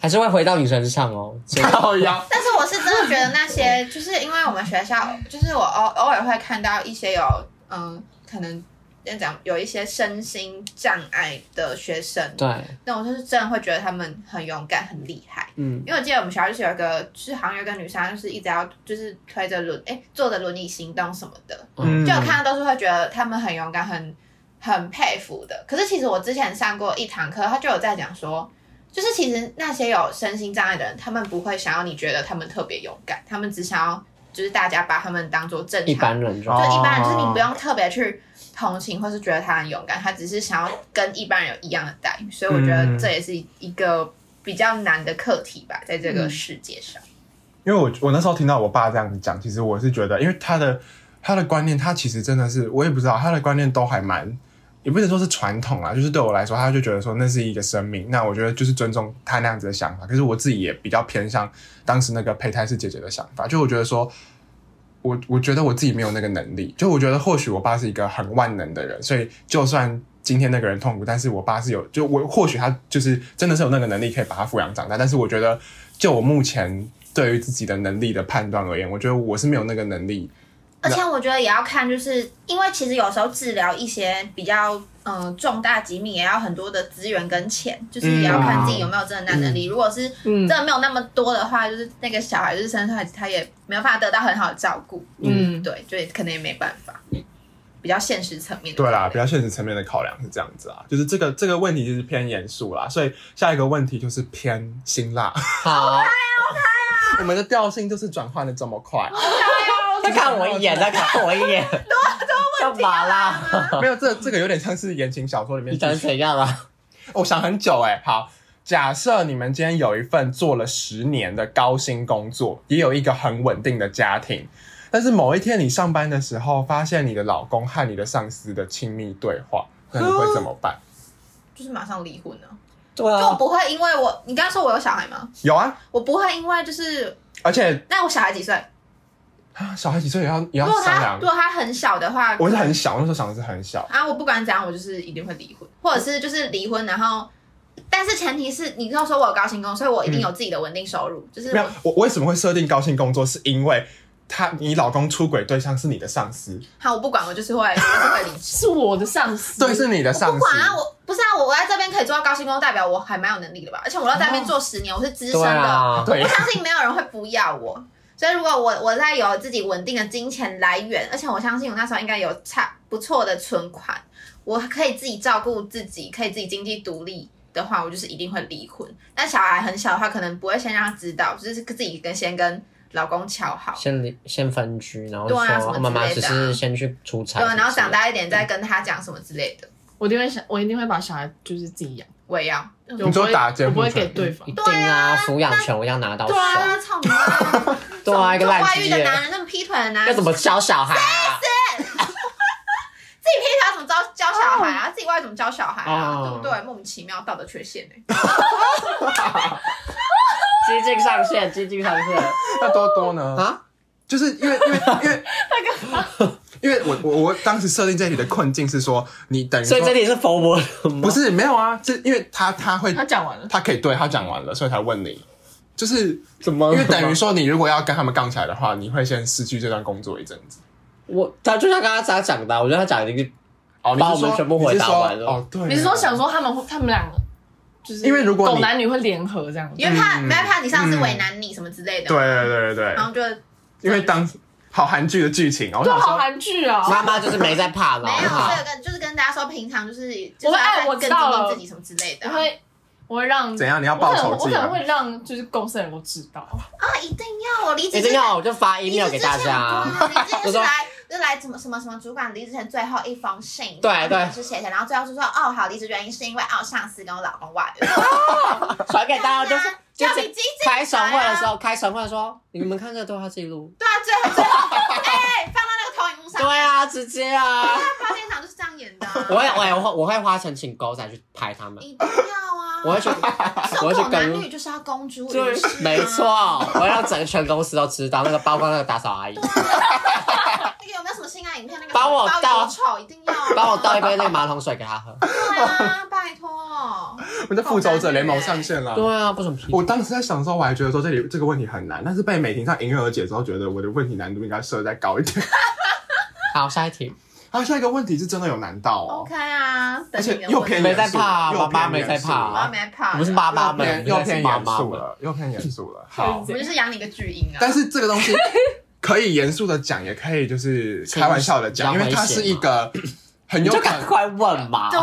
Speaker 1: 还是会回到你身上
Speaker 2: [LAUGHS]
Speaker 1: 哦。所以
Speaker 2: 靠腰。
Speaker 4: 但是我是真的觉得那些，就是因为我们学 [LAUGHS] 校，就是我偶偶尔会看到一些有，嗯、可能要讲有一些身心障碍的学生，
Speaker 1: 对，
Speaker 4: 那我就是真的会觉得他们很勇敢、很厉害。
Speaker 1: 嗯，
Speaker 4: 因为我记得我们学校就是有一个，就是好像有一个女生，她就是一直要就是推着轮，哎、坐着轮椅行动什么的，
Speaker 2: 嗯
Speaker 4: 就我看到都是会觉得他们很勇敢，很很佩服的。可是其实我之前上过一堂课，他就有在讲说，就是其实那些有身心障碍的人，他们不会想要你觉得他们特别勇敢，他们只想要就是大家把他们当做正常
Speaker 1: 一般人就
Speaker 2: 哦
Speaker 4: 就一般人，就是你不用特别去同情或是觉得他很勇敢，他只是想要跟一般人有一样的待遇，所以我觉
Speaker 2: 嗯
Speaker 4: 得这也是一个比较难的课题吧，在这
Speaker 2: 嗯
Speaker 4: 个世界上。
Speaker 2: 因为我我那时候听到我爸这样子讲，其实我是觉得，因为他的他的观念，他其实真的是我也不知道，他的观念都还蛮，也不能说是传统啦，就是对我来说，他就觉得说那是一个生命，那我觉得就是尊重他那样子的想法。可是我自己也比较偏向当时那个胚胎是姐姐的想法，就我觉得说。我我觉得我自己没有那个能力，就我觉得或许我爸是一个很万能的人，所以就算今天那个人痛苦，但是我爸是有，就我或许他就是真的是有那个能力可以把他抚养长大，但是我觉得就我目前对于自己的能力的判断而言，我觉得我是没有那个能力，
Speaker 4: 而且我觉得也要看，就是因为其实有时候治疗一些比较嗯、呃重大疾病，也要很多的资源跟钱，就是也要看自
Speaker 2: 嗯
Speaker 4: 己有没有真的那能力。如果是
Speaker 3: 嗯
Speaker 4: 真的没有那么多的话，就是那个小孩就是生出来他也没有办法得到很好的照顾，
Speaker 3: 嗯
Speaker 4: 对，就也可能也没办法。比较现实层面的
Speaker 2: 对
Speaker 4: 考
Speaker 2: 啦，
Speaker 4: 量。
Speaker 2: 比较现实层面的考量是这样子啊，就是这个这个问题就是偏严肃啦，所以下一个问题就是偏辛辣。
Speaker 1: 好，
Speaker 2: [LAUGHS]
Speaker 1: 啊
Speaker 2: 我们的调性就是转换的这么快，
Speaker 1: 他看我一眼，他看我一
Speaker 4: [LAUGHS]
Speaker 1: 眼，干嘛
Speaker 4: 啊
Speaker 1: 啦？
Speaker 2: [LAUGHS] 没有这这个有点像是言情小说里面
Speaker 1: 你想
Speaker 2: 剧情。
Speaker 1: 怎样啊？
Speaker 2: 我想很久哎、好。假设你们今天有一份做了十年的高薪工作，也有一个很稳定的家庭，但是某一天你上班的时候，发现你的老公和你的上司的亲密对话，
Speaker 4: 啊
Speaker 2: 那你会怎么办？
Speaker 4: 就是马上离婚了。就
Speaker 2: 哦
Speaker 1: 对
Speaker 4: 我
Speaker 1: 啊，
Speaker 4: 不会因为我，你刚刚说我有小孩吗？
Speaker 2: 有啊，
Speaker 4: 我不会因为就是，
Speaker 2: 而且
Speaker 4: 那我小孩几岁？
Speaker 2: 啊小孩几岁也要也要
Speaker 4: 如果
Speaker 2: 商
Speaker 4: 他啊
Speaker 2: 量
Speaker 4: 如。果他很小的话，
Speaker 2: 我是很小，那时候想的是很小，
Speaker 4: 啊，我不管怎样，我就是一定会离婚，或者是就是离婚，然后，但是前提是你要说我有高薪工，所以我一定有自己的稳定收入，就是
Speaker 2: 嗯没有
Speaker 4: 我。
Speaker 2: 我我为什么会设定高薪工作，是因为他你老公出轨对象是你的上司，
Speaker 4: 好，我不管，我就是会，我就是会离职。
Speaker 3: 是我的上司，
Speaker 2: 对，是你的
Speaker 4: 我
Speaker 2: [LAUGHS] 上
Speaker 4: 不
Speaker 2: 司
Speaker 4: 管。啊，我不是啊，我我在这边可以做到高薪工，代表我还蛮有能力的吧？而且我要在那边做十年，我是资深
Speaker 1: 对
Speaker 4: 的，
Speaker 2: 哦
Speaker 1: 啊，
Speaker 2: 对
Speaker 4: 我，相信没有人会不要我。所以如果我我在有自己稳定的金钱来源，而且我相信我那时候应该有差不错的存款，我可以自己照顾自己，可以自己经济独立的话，我就是一定会离婚。但小孩很小的话，可能不会先让他知道，就是自己跟先跟老公瞧好。
Speaker 1: 先离先分居，然后
Speaker 4: 对
Speaker 1: 说
Speaker 4: 啊什么
Speaker 1: 哦妈妈
Speaker 4: 之类
Speaker 1: 只
Speaker 4: 的啊
Speaker 1: 是先去出差
Speaker 4: 对，啊
Speaker 1: 什么之类的，
Speaker 4: 然后长大一点再跟他讲什么之类的。
Speaker 3: 我一定会想，我一定会把小孩就是自己养，
Speaker 4: 我也要。
Speaker 3: 就我不
Speaker 2: 说
Speaker 3: 会
Speaker 2: 打监
Speaker 3: 我
Speaker 2: 护
Speaker 3: 不会
Speaker 2: 权
Speaker 3: 给对方
Speaker 1: 一。定啊，抚养权我要拿到手
Speaker 4: 对，啊，操你妈！
Speaker 1: [LAUGHS] 对啊，一个
Speaker 4: 这种
Speaker 1: 烂
Speaker 4: 外
Speaker 1: 职
Speaker 4: 遇的
Speaker 1: 业，
Speaker 4: 男人，那么劈腿的男人，
Speaker 1: 要怎么教小孩啊？
Speaker 4: 自己劈腿要怎么教教小孩啊？自己外遇怎么教小孩啊？
Speaker 1: 哦
Speaker 4: 对
Speaker 1: 嗯
Speaker 4: 不对？莫名其妙道德缺陷哎、
Speaker 1: 激进上线，激进上线
Speaker 2: 那多多呢？
Speaker 1: 啊！
Speaker 2: 就是因为因为因为因为我我我当时设定这里的困境是说，你等于
Speaker 1: 所以这
Speaker 2: 说
Speaker 1: 里是佛魔吗
Speaker 2: 不是没有啊，这因为他他会
Speaker 3: [LAUGHS] 他讲完了，
Speaker 2: 他可以对他讲完了，所以才问你，就是因
Speaker 1: 怎么了？
Speaker 2: 为等于说你如果要跟他们杠起来的话，你会先失去这段工作一阵子。
Speaker 1: 我他就像刚刚他讲的啊，我觉得他讲的一个
Speaker 2: 哦，你是
Speaker 1: 把我们
Speaker 2: 说
Speaker 1: 全部回答完
Speaker 2: 你是
Speaker 1: 了
Speaker 2: 说哦，对，
Speaker 3: 你是说想说他们会他们两个就是
Speaker 2: 因为如果你
Speaker 3: 狗男女会联合这样子，
Speaker 4: 因为怕
Speaker 2: 嗯
Speaker 4: 没有怕你上次为难你什么之类的，
Speaker 2: 对对对对对
Speaker 4: 然，后就
Speaker 2: 因为当好韩剧的剧情，哦我
Speaker 3: 就
Speaker 2: 想
Speaker 3: 好
Speaker 2: 说，
Speaker 3: 韩剧啊，
Speaker 1: 妈妈就是没在怕老
Speaker 4: 没有，
Speaker 1: 哈
Speaker 4: 所以，跟就是跟大家说，平常就是就是
Speaker 3: 我
Speaker 4: 要
Speaker 3: 会哎
Speaker 4: 再
Speaker 3: 我
Speaker 4: 更
Speaker 3: 知
Speaker 4: 经
Speaker 3: 道了
Speaker 4: 历自己什么之类的
Speaker 3: 我
Speaker 4: 啊，
Speaker 3: 会我会让
Speaker 2: 怎样你要
Speaker 3: 我
Speaker 2: 报
Speaker 3: 可能
Speaker 2: 仇
Speaker 3: 我可
Speaker 2: 记啊
Speaker 3: 能？会让就是公司的人都知道，
Speaker 4: 啊一定要我离职
Speaker 1: 一定要我就发 email 给大家，啊
Speaker 4: 家
Speaker 1: 就
Speaker 4: 就是
Speaker 1: 说
Speaker 4: 来就来什么什么什么主管离职前最后一封信，
Speaker 1: 对
Speaker 4: 然后
Speaker 1: 对
Speaker 4: 是写下，然后最后就说哦好，离职原因是因为哦上司跟我老公外
Speaker 1: [LAUGHS]
Speaker 4: 遇，
Speaker 1: 传给大家就是
Speaker 4: 啊
Speaker 1: 就
Speaker 4: 要比
Speaker 1: 是
Speaker 4: 激进
Speaker 1: [LAUGHS] 开晨会的时
Speaker 4: 候，
Speaker 1: 候，开晨会说你们看这个对话记
Speaker 4: [LAUGHS]
Speaker 1: 录，
Speaker 4: 对啊，最后最后 [LAUGHS] 哎放到那个投影幕上，
Speaker 1: 对啊，直接啊，
Speaker 4: [LAUGHS] 他现场就是这样演的啊，
Speaker 1: [LAUGHS] 我会我会我会花钱请狗仔去拍他们，
Speaker 4: 一定要啊，
Speaker 1: 我会去我
Speaker 4: 受
Speaker 1: 会去
Speaker 4: 狗男
Speaker 1: 跟
Speaker 4: 女就是要公诸于
Speaker 1: 对
Speaker 4: 世，啊
Speaker 1: 没错，。我要让整个全公司都知道，那个包括那个打扫
Speaker 4: [LAUGHS]
Speaker 1: 阿姨，
Speaker 4: 那个有没有什么性爱影片？那个
Speaker 1: 帮我
Speaker 4: 包
Speaker 1: 倒
Speaker 4: 邮丑一定要啊
Speaker 1: 帮我倒一杯那个马桶水给他喝。
Speaker 4: [LAUGHS] 对啊，拜托。
Speaker 2: 我们的复仇者联盟上线了。
Speaker 1: 对啊，不怎么批
Speaker 2: 我当时在想的时候，我还觉得说这里这个问题很难，但是被美婷上迎刃而解之后，觉得我的问题难度应该设得再高一点。
Speaker 1: 好，下一题，
Speaker 2: 还有下一个问题是真的有难到
Speaker 4: [LAUGHS]
Speaker 2: 哦，
Speaker 4: OK 啊，
Speaker 2: 而
Speaker 4: 等你
Speaker 2: 且
Speaker 4: 的
Speaker 2: 又
Speaker 4: 问
Speaker 2: 偏
Speaker 1: 没
Speaker 2: 严
Speaker 1: 在
Speaker 2: 肃
Speaker 1: 怕啊
Speaker 2: 又
Speaker 1: 爸
Speaker 2: 偏
Speaker 1: 妈没
Speaker 2: 严
Speaker 1: 在
Speaker 2: 肃
Speaker 1: 怕
Speaker 4: 我
Speaker 1: 啊
Speaker 4: 妈没怕，
Speaker 1: 我们是妈妈
Speaker 2: 又
Speaker 1: 们，
Speaker 2: 偏
Speaker 1: 我
Speaker 2: 又
Speaker 1: 们是
Speaker 2: 偏
Speaker 1: 妈
Speaker 2: 严
Speaker 1: 妈
Speaker 2: 肃
Speaker 1: 们。
Speaker 2: 了，又偏严肃
Speaker 1: [LAUGHS]
Speaker 2: 了。好
Speaker 3: 就
Speaker 4: 我
Speaker 3: 是这
Speaker 4: 们
Speaker 3: 样
Speaker 4: 就是养你个巨婴啊。
Speaker 2: 但是这个东西可以严肃的讲，也可以就是开玩笑的讲，
Speaker 1: 比
Speaker 2: 因
Speaker 1: 较
Speaker 2: 为它
Speaker 1: 危险
Speaker 2: 是一个很
Speaker 1: 你
Speaker 2: 有
Speaker 1: 就
Speaker 2: 可
Speaker 1: 赶
Speaker 2: 能。
Speaker 1: 快问嘛。
Speaker 4: 对，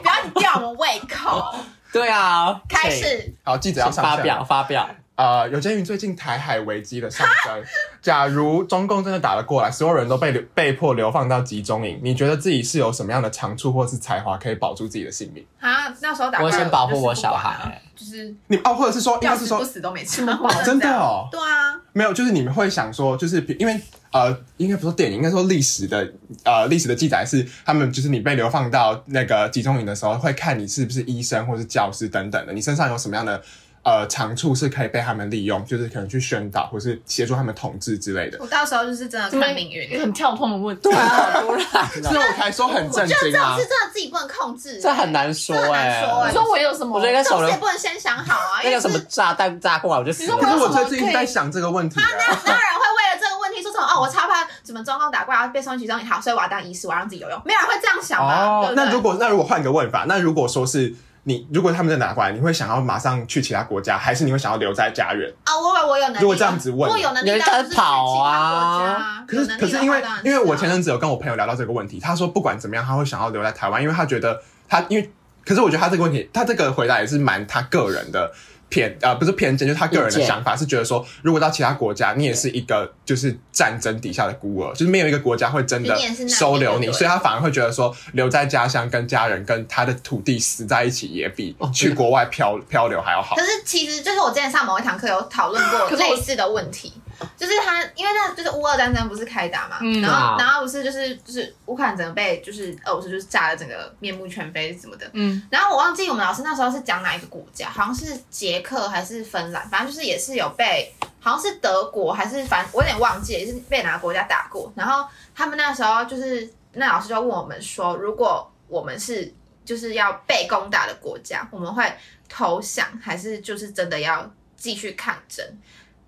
Speaker 4: 不要你吊我们胃
Speaker 1: [LAUGHS]
Speaker 4: 口。
Speaker 1: 对啊，
Speaker 4: 开
Speaker 1: 请
Speaker 4: 始，
Speaker 2: 好，记者要
Speaker 1: 请
Speaker 2: 上线
Speaker 1: 发
Speaker 2: 了
Speaker 1: 表发表。
Speaker 2: 呃，有鉴于最近台海危机的上升，假如中共真的打了过来，所有人都被流被迫流放到集中营，你觉得自己是有什么样的长处或是才华可以保住自己的性命？
Speaker 4: 啊，那时候打
Speaker 1: 我
Speaker 4: 怪
Speaker 1: 会先保护我小
Speaker 4: 就是不管
Speaker 1: 孩
Speaker 4: 啊，，就是
Speaker 2: 你哦，或者是说，应
Speaker 4: 要
Speaker 2: 该是
Speaker 4: 死不
Speaker 2: 说
Speaker 4: 死都没
Speaker 1: [LAUGHS]
Speaker 3: 这
Speaker 4: 吃
Speaker 3: 么棒
Speaker 2: 真的哦
Speaker 4: [LAUGHS] 对啊，
Speaker 2: 没有，就是你们会想说，就是比因为呃，应该不是电影，应该说历史的呃历史的记载是，他们就是你被流放到那个集中营的时候，会看你是不是医生或是教师等等的，你身上有什么样的。呃，长处是可以被他们利用，就是可能去宣导或是协助他们统治之类的。
Speaker 4: 我到时候就是真的
Speaker 3: 这么
Speaker 4: 看命运。
Speaker 3: 一个很跳痛的问题，
Speaker 1: 对啊，好突然
Speaker 2: 所以
Speaker 1: 哦，
Speaker 2: 我才说很震
Speaker 4: 这
Speaker 2: 惊
Speaker 4: 种！
Speaker 2: 啊
Speaker 4: 事真的自己不能控制，
Speaker 1: [LAUGHS] 这很难说
Speaker 4: 这很难
Speaker 1: 哎
Speaker 4: 说。
Speaker 3: 你
Speaker 4: 哎
Speaker 3: 说我有什么？
Speaker 1: 我觉得应该
Speaker 4: 这
Speaker 1: 手
Speaker 4: 种
Speaker 1: 人
Speaker 4: 事也不能先想好啊，
Speaker 1: 那
Speaker 4: 因为
Speaker 1: 个
Speaker 4: 是
Speaker 1: 什么炸弹炸过来，我就死
Speaker 3: 你说
Speaker 2: 可
Speaker 1: 了。
Speaker 2: 是我最近一直在想这个问
Speaker 4: [LAUGHS]
Speaker 2: 题、啊，
Speaker 4: 哪有人会为了这个问题说什么哦，我超怕怎么中共打过来被送集中营，好，所以我要当医师，我要让自己有用，没有人会这样想吧？
Speaker 2: 哦
Speaker 4: 对，不对
Speaker 2: 那如果那如果换个问法，那如果说是你如果他们再拿过来，你会想要马上去其他国家，还是你会想要留在家园？
Speaker 4: 啊，我我我有能力，
Speaker 2: 如果这样子问
Speaker 4: 我有能力
Speaker 1: 你
Speaker 4: 当然
Speaker 1: 在
Speaker 4: 是去
Speaker 1: 跑
Speaker 4: 其他
Speaker 1: 啊
Speaker 4: 国家
Speaker 2: 可
Speaker 4: 有
Speaker 2: 是
Speaker 4: 能力
Speaker 2: 可是因为
Speaker 4: 的话当然
Speaker 2: 因为我前
Speaker 4: 啊
Speaker 2: 阵子有跟我朋友聊到这个问题，他说不管怎么样，他会想要留在台湾，因为他觉得他因为，可是我觉得他这个问题，他这个回答也是蛮他个人的偏呃不是偏见，就是他个人
Speaker 1: 意
Speaker 2: 的
Speaker 1: 见
Speaker 2: 想法是觉得说，如果到其他国家，你也是一个就是战争底下的孤儿，就是没有一个国家会真的
Speaker 4: 就你也是难民
Speaker 2: 收留
Speaker 4: 就对
Speaker 2: 你，
Speaker 4: 了
Speaker 2: 所以他反而会觉得说，留在家乡跟家人跟他的土地死在一起，也比
Speaker 1: 哦
Speaker 2: 去国外漂漂流还
Speaker 4: [LAUGHS]
Speaker 2: 要好
Speaker 4: 可。是其实就是我之前上某一堂课有讨论过
Speaker 3: 可是我
Speaker 4: 类似的问题，就是他因为那就是乌俄战争不是开打嘛，
Speaker 3: 嗯
Speaker 4: 然后
Speaker 1: 啊
Speaker 4: 然后不是就是就是乌克兰整个被就是俄罗斯就是炸的整个面目全非什么的。
Speaker 3: 嗯，
Speaker 4: 然后我忘记我们老师那时候是讲哪一个国家，好像是捷克还是芬兰，反正就是也是有被，好像是德国还是反正我有点忘记了，也是被哪个国家打过。然后他们那时候就是那老师就问我们说，如果我们是就是要被攻打的国家，我们会投降还是就是真的要继续抗争？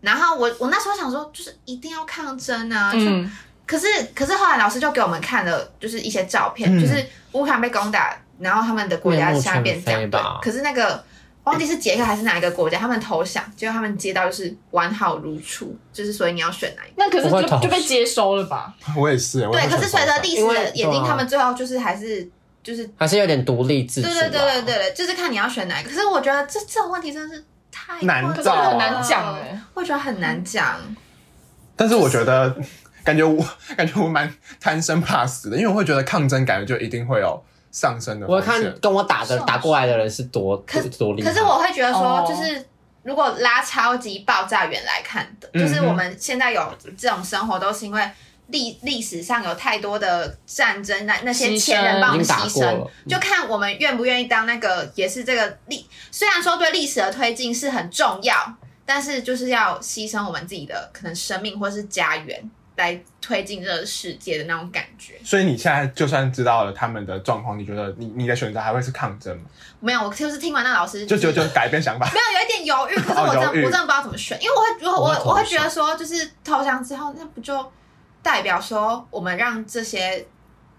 Speaker 4: 然后我我那时候想说，就是一定要抗争啊，就
Speaker 3: 嗯，
Speaker 4: 可是可是后来老师就给我们看了，就是一些照片，
Speaker 2: 嗯
Speaker 4: 就是乌克兰被攻打，然后他们的国家
Speaker 1: 面目
Speaker 4: 现在变这样。
Speaker 1: 全非
Speaker 4: 对
Speaker 1: 吧，
Speaker 4: 可是那个忘记是捷克还是哪一个国家，他们投降，结果他们街道就是完好如初，就是所以你要选哪一个？
Speaker 3: 那可是
Speaker 1: 我会
Speaker 3: 就
Speaker 1: 投
Speaker 3: 就被接收了吧？
Speaker 2: 我也是，我也
Speaker 4: 对，
Speaker 2: 会
Speaker 4: 可是
Speaker 2: 想
Speaker 4: 随着
Speaker 2: 说
Speaker 4: 历
Speaker 1: 因
Speaker 4: 史
Speaker 1: 为
Speaker 4: 的演
Speaker 1: 对
Speaker 4: 进，
Speaker 1: 啊
Speaker 4: 他们最后就是还是就是
Speaker 1: 还是有点独立自主、
Speaker 4: 对
Speaker 1: 啊。
Speaker 4: 对对对对，对就是看你要选哪一个。可是我觉得这这种问题真的是太
Speaker 2: 难
Speaker 4: 困
Speaker 3: 可是
Speaker 2: 找啊
Speaker 4: 了
Speaker 3: 很难讲哎、
Speaker 4: 我觉得很难讲。
Speaker 2: 但是我觉得，感觉我 [LAUGHS] 感觉我蛮贪生怕死的，因为我会觉得抗争感觉就一定会有上升的
Speaker 1: 我
Speaker 2: 风
Speaker 1: 看
Speaker 2: 险。
Speaker 1: 跟我打的
Speaker 3: 是啊
Speaker 1: 打过来的人是多
Speaker 4: 可是
Speaker 1: 多厉害。
Speaker 4: 可是我会觉得说
Speaker 3: 哦，
Speaker 4: 就是如果拉超级爆炸远来看的，
Speaker 2: 嗯
Speaker 4: 就是我们现在有这种生活，都是因为历历史上有太多的战争，那那些
Speaker 3: 牺牲
Speaker 4: 前人帮我们
Speaker 1: 已经打
Speaker 4: 牺
Speaker 1: 过
Speaker 4: 牲
Speaker 1: 了，
Speaker 4: 就看我们愿不愿意当那个，也是这个历。虽然说对历史的推进是很重要，但是就是要牺牲我们自己的可能生命或是家园来推进这个世界的那种感觉。
Speaker 2: 所以你现在就算知道了他们的状况，你觉得你你的选择还会是抗争吗？
Speaker 4: 没有，我就是听完那老师
Speaker 2: 就
Speaker 4: 觉
Speaker 2: 就就改变
Speaker 4: [LAUGHS]
Speaker 2: 想法，
Speaker 4: 没有，有一点犹豫，可是
Speaker 2: 哦
Speaker 4: 我真的、
Speaker 2: 犹豫
Speaker 4: 我真的不知道怎么选，因为我会如果我
Speaker 1: 我会投
Speaker 4: 我会
Speaker 1: 降
Speaker 4: 觉得说，就是投降之后，那不就代表说我们让这些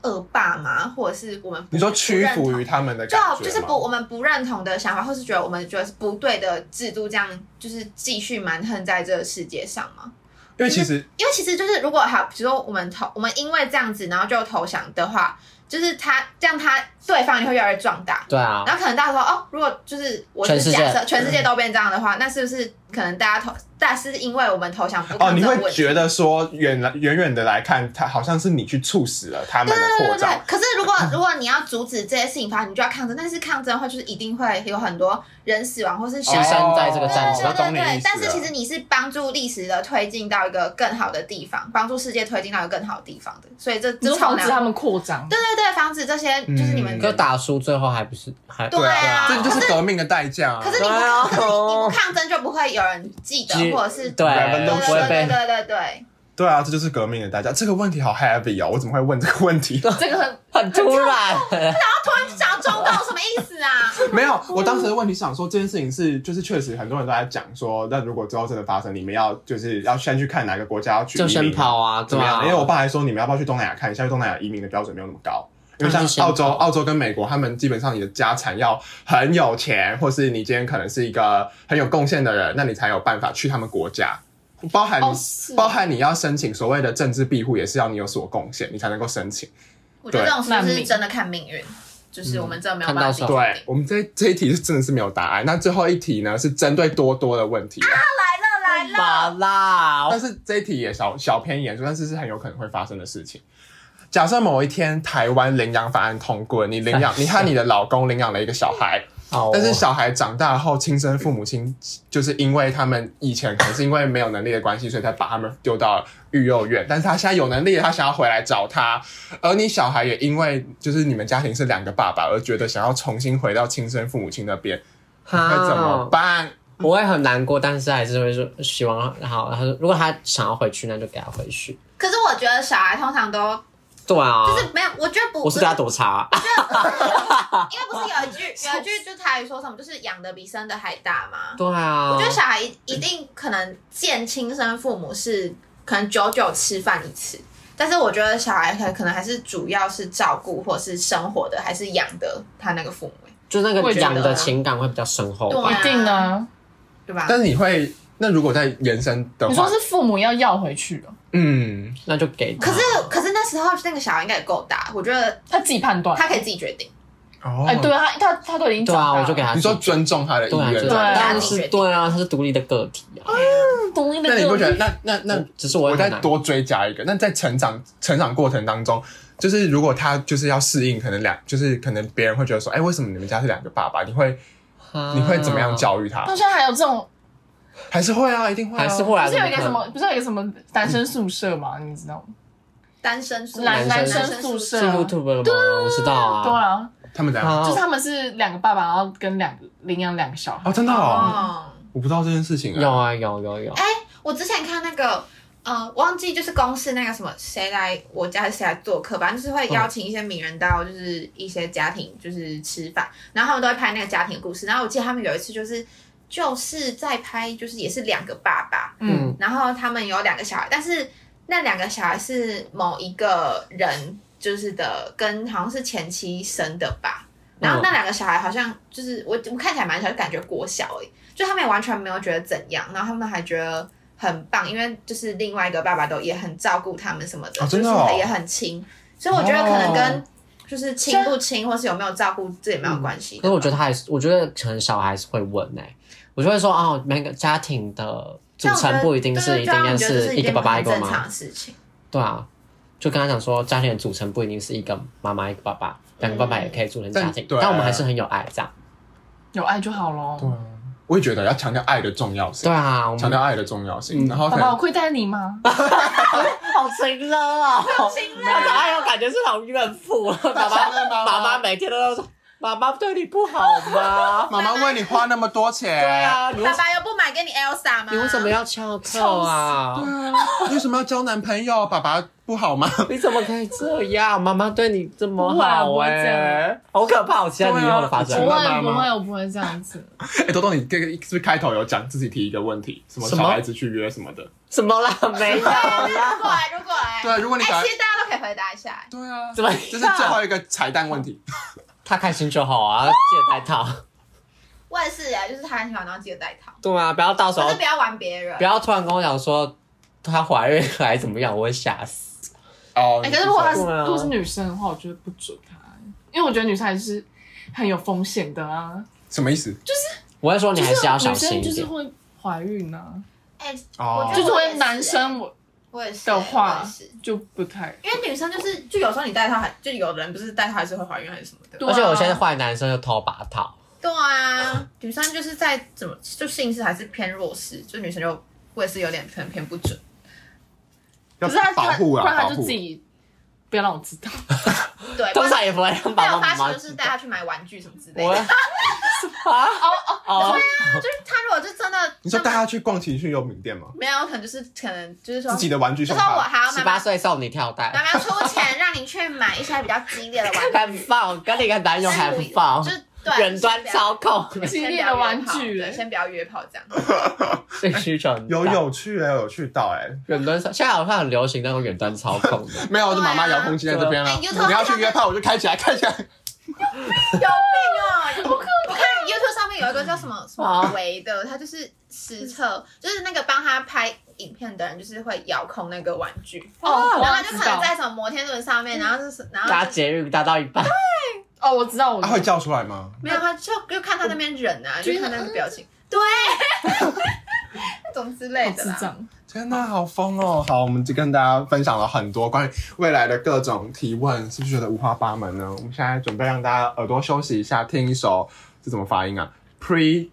Speaker 4: 恶霸嘛，或者是我们不
Speaker 2: 你说
Speaker 4: 不
Speaker 2: 屈
Speaker 4: 认
Speaker 2: 服
Speaker 4: 同
Speaker 2: 于他们的
Speaker 4: 就
Speaker 2: 感觉吗
Speaker 4: 就是不我们不认同的想法，或是觉得我们觉得是不对的制度，这样就是继续蛮横在这个世界上嘛。啊
Speaker 2: 因为其实
Speaker 4: 因为其实就是如果好，比如说我们投，我们因为这样子，然后就投降的话，就是他这样他对方也会越来越壮大，
Speaker 1: 对啊，
Speaker 4: 然后可能到时候哦，如果就是我
Speaker 1: 全
Speaker 4: 是
Speaker 1: 世界
Speaker 4: 假设全世界都变这样的话，那是不是可能大家投，但是因为我们投降不
Speaker 2: 哦，
Speaker 4: 抗
Speaker 2: 你
Speaker 4: 争
Speaker 2: 会
Speaker 4: 的问题
Speaker 2: 觉得说远来远远的来看，他好像是你去促使了他们
Speaker 4: 对
Speaker 2: 的
Speaker 4: 对对
Speaker 2: 扩
Speaker 4: 对对
Speaker 2: 张。。
Speaker 4: 可是如果如果你要阻止这些事情发生，你就要抗争。但是抗争的话，就是一定会有很多人死亡或是
Speaker 1: 牺牲在这个战争
Speaker 4: 对
Speaker 2: 我
Speaker 4: 对
Speaker 2: 懂你
Speaker 4: 对对
Speaker 2: 意思，
Speaker 4: 但是其
Speaker 2: 了
Speaker 4: 实你是帮助历史的推进到一个更好的地方，帮助世界推进到一个更好的地方的，所以这
Speaker 3: 你
Speaker 4: 这
Speaker 3: 就
Speaker 4: 是好
Speaker 3: 防
Speaker 4: 难
Speaker 3: 止他们扩张。
Speaker 4: 对对对，防止这些就是你们
Speaker 2: 嗯
Speaker 1: 可打输最后还不是还
Speaker 4: 对啊
Speaker 2: 这就是革命的代价啊。
Speaker 4: 可是你不
Speaker 1: 对啊
Speaker 4: 可是你你不抗争就不会有人记得，
Speaker 1: 其
Speaker 4: 或者是
Speaker 1: 对
Speaker 4: 对
Speaker 2: 都
Speaker 1: 不会
Speaker 4: 对对
Speaker 1: 被
Speaker 4: 对对对。
Speaker 2: 对啊，这就是革命的代价。这个问题好 heavy 哦，我怎么会问这个问题？
Speaker 3: 这个很
Speaker 1: 很突然，啊
Speaker 4: 突然啊就讲到中共什么意思
Speaker 1: [LAUGHS]
Speaker 4: 啊？
Speaker 2: 没有，我当时的问题想说，这件事情是就是确实很多人都在讲说，那如果之后真的发生，你们要就是要先去看哪个国家要去移
Speaker 1: 就
Speaker 2: 民
Speaker 1: 先跑啊，
Speaker 2: 怎
Speaker 1: 对
Speaker 2: 么样？
Speaker 1: 啊，
Speaker 2: 因为我爸还说你们要不要去东南亚看一下，因为东南亚移民的标准没有那么高。因为
Speaker 1: 那
Speaker 2: 像
Speaker 1: 就先
Speaker 2: 澳洲、
Speaker 1: 跑
Speaker 2: 澳洲跟美国，他们基本上你的家产要很有钱，或是你今天可能是一个很有贡献的人，那你才有办法去他们国家。包含你、
Speaker 3: 哦是
Speaker 2: 包含你要申请所谓的政治庇护，也是要你有所贡献，你才能够申请。
Speaker 4: 我觉得
Speaker 2: 对
Speaker 4: 这种是不是真的看命运？就是我们真的没有办法
Speaker 1: 嗯看到
Speaker 4: 自己
Speaker 1: 手
Speaker 4: 决
Speaker 2: 对
Speaker 4: 定。
Speaker 2: 我们这这一题是真的是没有答案。那最后一题呢，是针对多多的问题了。
Speaker 4: 来了来
Speaker 1: 吧
Speaker 4: 了，
Speaker 1: 啦，
Speaker 2: 但是这一题也小小偏严肃，但是是很有可能会发生的事情。假设某一天台湾领养法案通过，你领养，你和你的老公领养了一个小孩，
Speaker 1: 好哦
Speaker 2: 但是小孩长大后，亲生父母亲就是因为他们以前可能是因为没有能力的关系，所以才把他们丢到育幼院。但是他现在有能力了，他想要回来找他，而你小孩也因为就是你们家庭是两个爸爸，而觉得想要重新回到亲生父母亲那边，你会怎么
Speaker 1: 好，啊
Speaker 2: 办？
Speaker 1: 我会很难过，但是还是会说希望好。他说如果他想要回去，那就给他回去。
Speaker 4: 可是我觉得小孩通常都
Speaker 1: 对啊，
Speaker 4: 就是没有，我觉得不，
Speaker 1: 我是对他多差、啊
Speaker 4: 因为不是有一句
Speaker 1: [LAUGHS]
Speaker 4: 有一句就台语说什么，就是养的比生的还大吗？
Speaker 1: 对啊，
Speaker 4: 我觉得小孩一一定可能见亲生父母是可能久久吃饭一次，但是我觉得小孩可可能还是主要是照顾或是生活的，还是养的他那个父母。
Speaker 1: 就那个
Speaker 3: 我也觉得
Speaker 1: 羊的情感会比较深厚吧。
Speaker 4: 对啊
Speaker 3: 一定啊。
Speaker 4: 对吧？
Speaker 2: 但是你会，那如果再延伸的
Speaker 3: 你说
Speaker 2: 话，
Speaker 3: 是父母要要回去哦的，
Speaker 2: 嗯，
Speaker 1: 那就给他。
Speaker 4: 可是可是那时候那个小孩应该也够大，我觉得
Speaker 3: 他自己判断。
Speaker 4: 他可以自己决定。
Speaker 2: 哦，
Speaker 3: 哎，对啊，他他他都已经
Speaker 1: 对
Speaker 3: 长大
Speaker 1: 啊，
Speaker 3: 了，
Speaker 1: 我就给他
Speaker 2: 你说尊重他的意
Speaker 1: 对啊，
Speaker 2: 愿
Speaker 1: 就，
Speaker 3: 对
Speaker 1: 当然
Speaker 4: 自己决
Speaker 1: 是
Speaker 4: 定
Speaker 1: 对啊，他是独立的个体啊。
Speaker 3: 独立的
Speaker 2: 那你不觉得？
Speaker 3: 个体
Speaker 2: 那那那
Speaker 1: 那只是我
Speaker 2: 我
Speaker 1: 也
Speaker 2: 再
Speaker 1: 很难
Speaker 2: 多追加一个，那在成长成长过程当中，就是如果他就是要适应，可能两就是可能别人会觉得说，哎、为什么你们家是两个爸爸？你会
Speaker 1: 啊
Speaker 2: 你会怎么样？教育他？
Speaker 3: 到现在还有这种，
Speaker 2: 还是会啊，一定会、啊，
Speaker 1: 还是会啊？
Speaker 3: 不是有一个
Speaker 1: 怎
Speaker 3: 什
Speaker 1: 可能
Speaker 3: 么，不是有一个什么男生宿舍吗？你知道吗？
Speaker 4: 单身宿
Speaker 3: 男
Speaker 1: 男生
Speaker 4: 生
Speaker 3: 宿舍
Speaker 1: 是 YouTube 了吗？我知道
Speaker 3: 对
Speaker 1: 啊。
Speaker 3: 啊，
Speaker 2: 他们怎样？
Speaker 1: 啊
Speaker 3: 就是他们是两个爸爸，然后跟两个领养两个小孩
Speaker 2: 哦，。真的哦，
Speaker 4: 哦。
Speaker 2: 我不知道这件事情
Speaker 1: 有
Speaker 2: 啊。
Speaker 1: 啊有有有
Speaker 4: 哎，我之前看那个。呃，忘记就是公司那个什么谁来我家谁来做客，反正就是会邀请一些名人到就是一些家庭就是吃饭，然后他们都会拍那个家庭故事。然后我记得他们有一次就是就是在拍就是也是两个爸爸，
Speaker 3: 嗯，
Speaker 4: 然后他们有两个小孩，但是那两个小孩是某一个人就是的，跟好像是前妻生的吧。
Speaker 2: 嗯
Speaker 4: 然后那两个小孩好像就是我，我看起来蛮小，就感觉国小诶、就他们也完全没有觉得怎样，然后他们还觉得很棒，因为就是另外一个爸爸都也很照顾他们什么的，
Speaker 2: 哦真的哦
Speaker 4: 就是也很亲，所以我觉得可能
Speaker 2: 哦
Speaker 4: 跟就是亲不亲，或是有没有照顾这也没有关系的吧。
Speaker 1: 嗯可是我觉得他还是，我觉得可能小孩是会问哎、我就会说哦，每个家庭的组成不一定是
Speaker 4: 啊
Speaker 1: 一定要
Speaker 4: 是
Speaker 1: 一个爸爸一个
Speaker 4: 正
Speaker 1: 妈
Speaker 4: 常
Speaker 1: 妈
Speaker 4: 的，事情。
Speaker 1: 对啊，就跟他讲说家庭的组成不一定是一个妈妈一个爸爸，两个爸爸也可以组成家庭
Speaker 2: 嗯，对
Speaker 1: 但我们还是很有爱这样。
Speaker 3: 有爱就好喽
Speaker 2: 对。啊，我也觉得要强调爱的重要性
Speaker 1: 对，嗯啊，我
Speaker 2: 强
Speaker 1: 们
Speaker 2: 调爱的重要性。然后
Speaker 3: 爸
Speaker 2: 可
Speaker 3: 爸，
Speaker 2: 能
Speaker 3: 我亏待你
Speaker 1: [LAUGHS]
Speaker 3: 吗？
Speaker 1: 好情热哦，爸爸又感觉是老怨妇，爸爸妈妈每天都说妈妈对你不好吗？
Speaker 2: 妈妈为你花那么多钱，
Speaker 1: 对，啊，你为
Speaker 4: 爸爸又不买给你 Elsa 吗？
Speaker 1: 你为什么要翘课啊？ [LAUGHS]
Speaker 2: 为什么要交男朋友？爸爸不好吗？
Speaker 1: 你怎么可以这样？妈妈对你这么
Speaker 3: 不会啊
Speaker 1: 好
Speaker 3: 不会
Speaker 1: 哎、
Speaker 3: 这样
Speaker 1: 好可怕！我期待你以后的发
Speaker 3: 不
Speaker 1: 展
Speaker 2: 对。啊
Speaker 3: 会不会，我不会这样子。
Speaker 2: [LAUGHS] 哎、多多，你这个是不是开头有讲自己提一个问题，什么
Speaker 1: 什么
Speaker 2: 小孩子去约什么的？
Speaker 1: 什么啦？没有
Speaker 4: 如果
Speaker 2: [LAUGHS]
Speaker 1: 啦。
Speaker 4: 来，如果来，
Speaker 2: 对啊如果你
Speaker 4: 哎、
Speaker 2: 想
Speaker 4: 其实大家都可以回答一下。
Speaker 2: 对啊，
Speaker 1: 怎么样？
Speaker 2: 这是最后一个彩蛋问题。
Speaker 1: 他开心就好啊，记得带套。
Speaker 4: 我也是哎，就是他很喜欢，然后记得带套，
Speaker 1: 对啊，不要到时候
Speaker 4: 可是不要玩别人。
Speaker 1: 不要突然跟我讲说她怀孕还怎么样，我会吓死。
Speaker 2: 哦，
Speaker 3: 哎，可是如果她是
Speaker 1: 对啊
Speaker 3: 如果是女生的话，我觉得不准她，因为我觉得女生还是很有风险的啊。
Speaker 2: 什么意思？
Speaker 1: 我会说你还是要小
Speaker 3: 就是
Speaker 1: 心一
Speaker 3: 女生就是
Speaker 1: 点。
Speaker 3: 会怀孕啊，
Speaker 4: 哎、
Speaker 2: 哦
Speaker 4: 我觉
Speaker 3: 就
Speaker 4: 得
Speaker 3: 是
Speaker 4: 我
Speaker 3: 我
Speaker 4: 也是
Speaker 3: 男生我
Speaker 4: 我也是
Speaker 3: 的
Speaker 4: 我
Speaker 3: 话
Speaker 4: 也是
Speaker 3: 就不太。
Speaker 4: 因为女生就是，就有时候你带套还，就有人不是带套还是会怀孕还是什么的。
Speaker 3: 对
Speaker 1: 而
Speaker 3: 啊
Speaker 1: 且有
Speaker 4: 哦
Speaker 1: 些坏男生就偷拔套，
Speaker 4: 对啊，女生就是在怎么就性事还是偏弱势，就女生就我也是有点偏偏不准。
Speaker 2: 要
Speaker 3: 可是她
Speaker 2: 保护
Speaker 3: 不然
Speaker 2: 啊，
Speaker 3: 她
Speaker 2: 保
Speaker 3: 就自
Speaker 2: 护。
Speaker 3: 己不要让我知道。
Speaker 4: 对，
Speaker 1: 通常也不会让
Speaker 4: 被
Speaker 1: 爸
Speaker 4: 我发
Speaker 1: 爸妈妈
Speaker 4: 现就
Speaker 1: 知
Speaker 4: 是
Speaker 1: 道
Speaker 4: 带。她去买玩具什么之类 [LAUGHS]
Speaker 1: 我
Speaker 4: 的。啊
Speaker 1: 啊哦哦，
Speaker 4: 就是她如果就真的，
Speaker 2: 你说带
Speaker 4: 那么
Speaker 2: 他去逛情趣用品店吗？
Speaker 4: 没有，可能就是可能就是说
Speaker 2: 自己的玩具
Speaker 4: 啊就
Speaker 2: 送
Speaker 4: 说我
Speaker 2: 他，
Speaker 4: 还要
Speaker 1: 十
Speaker 4: 慢
Speaker 1: 八
Speaker 4: 慢
Speaker 1: 岁送你跳
Speaker 4: 妈
Speaker 1: 蛋，
Speaker 4: 妈出钱让你去买一些比较激烈的玩具，
Speaker 1: 很棒，跟你的男友还不棒
Speaker 4: 就，是对
Speaker 1: 远端操控，
Speaker 3: [LAUGHS] 激烈的玩具
Speaker 4: 对，先不要约炮这
Speaker 3: [LAUGHS]
Speaker 4: 样。
Speaker 1: 这需求很大
Speaker 2: 有有趣哎，有趣到哎，
Speaker 1: 远端操，现在好像很流行那种远端操控的，
Speaker 2: 没有，我就
Speaker 4: 对啊
Speaker 2: 妈妈遥控器在这边了。
Speaker 4: 哎，YouTube
Speaker 2: 你要去约炮，我就开起来，开起 [LAUGHS] 来。
Speaker 4: 有病啊！我看 YouTube 上面有一个叫什么什么
Speaker 1: 啊
Speaker 4: 维的，他就是实测，就是那个帮他拍影片的人，就是会遥控那个玩具，
Speaker 3: 哦，
Speaker 4: 然后
Speaker 3: 我
Speaker 4: 他就
Speaker 3: 知
Speaker 4: 可能
Speaker 3: 道。
Speaker 4: 在什么摩天轮上面，然后就是然
Speaker 1: 搭
Speaker 4: 后就
Speaker 1: 捷运搭到一半，
Speaker 3: 哦，我知道，我
Speaker 2: 他
Speaker 1: 啊
Speaker 3: 知
Speaker 2: 会
Speaker 3: 道。
Speaker 2: 叫出来吗？
Speaker 4: 没有他就就看他那边忍啊，就看
Speaker 3: 嗯
Speaker 4: 他的表情，
Speaker 3: [LAUGHS]
Speaker 4: 对，那种之类
Speaker 3: 好
Speaker 4: 的
Speaker 3: 智
Speaker 4: 啦。
Speaker 3: 障，
Speaker 2: 天呐，好疯哦！好，我们就跟大家分享了很多关于未来的各种提问，是不是觉得五花八门呢？我们现在准备让大家耳朵休息一下，听一首这怎么发音啊？Pre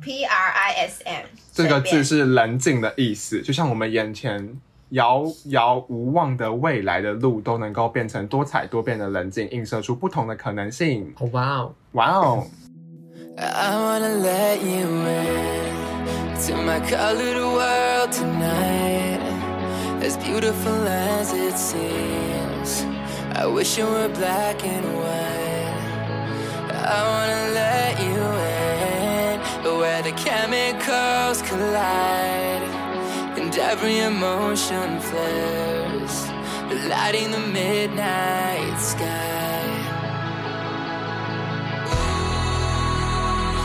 Speaker 4: P R I S M
Speaker 2: 这
Speaker 4: 随
Speaker 2: 个
Speaker 4: 便
Speaker 2: 字是棱镜的意思，就像我们眼前遥遥无望的未来的路，都能够变成多彩多变的棱镜，映射出不同的可能性。
Speaker 1: 哦 [LAUGHS] 哇哦，
Speaker 2: 哇哦！
Speaker 5: I wanna let you in to my colored world tonight. As beautiful as it seems, I wish it were black and white. I wanna let you in where the chemicals collide and every emotion flares, lighting the midnight sky. Ooh,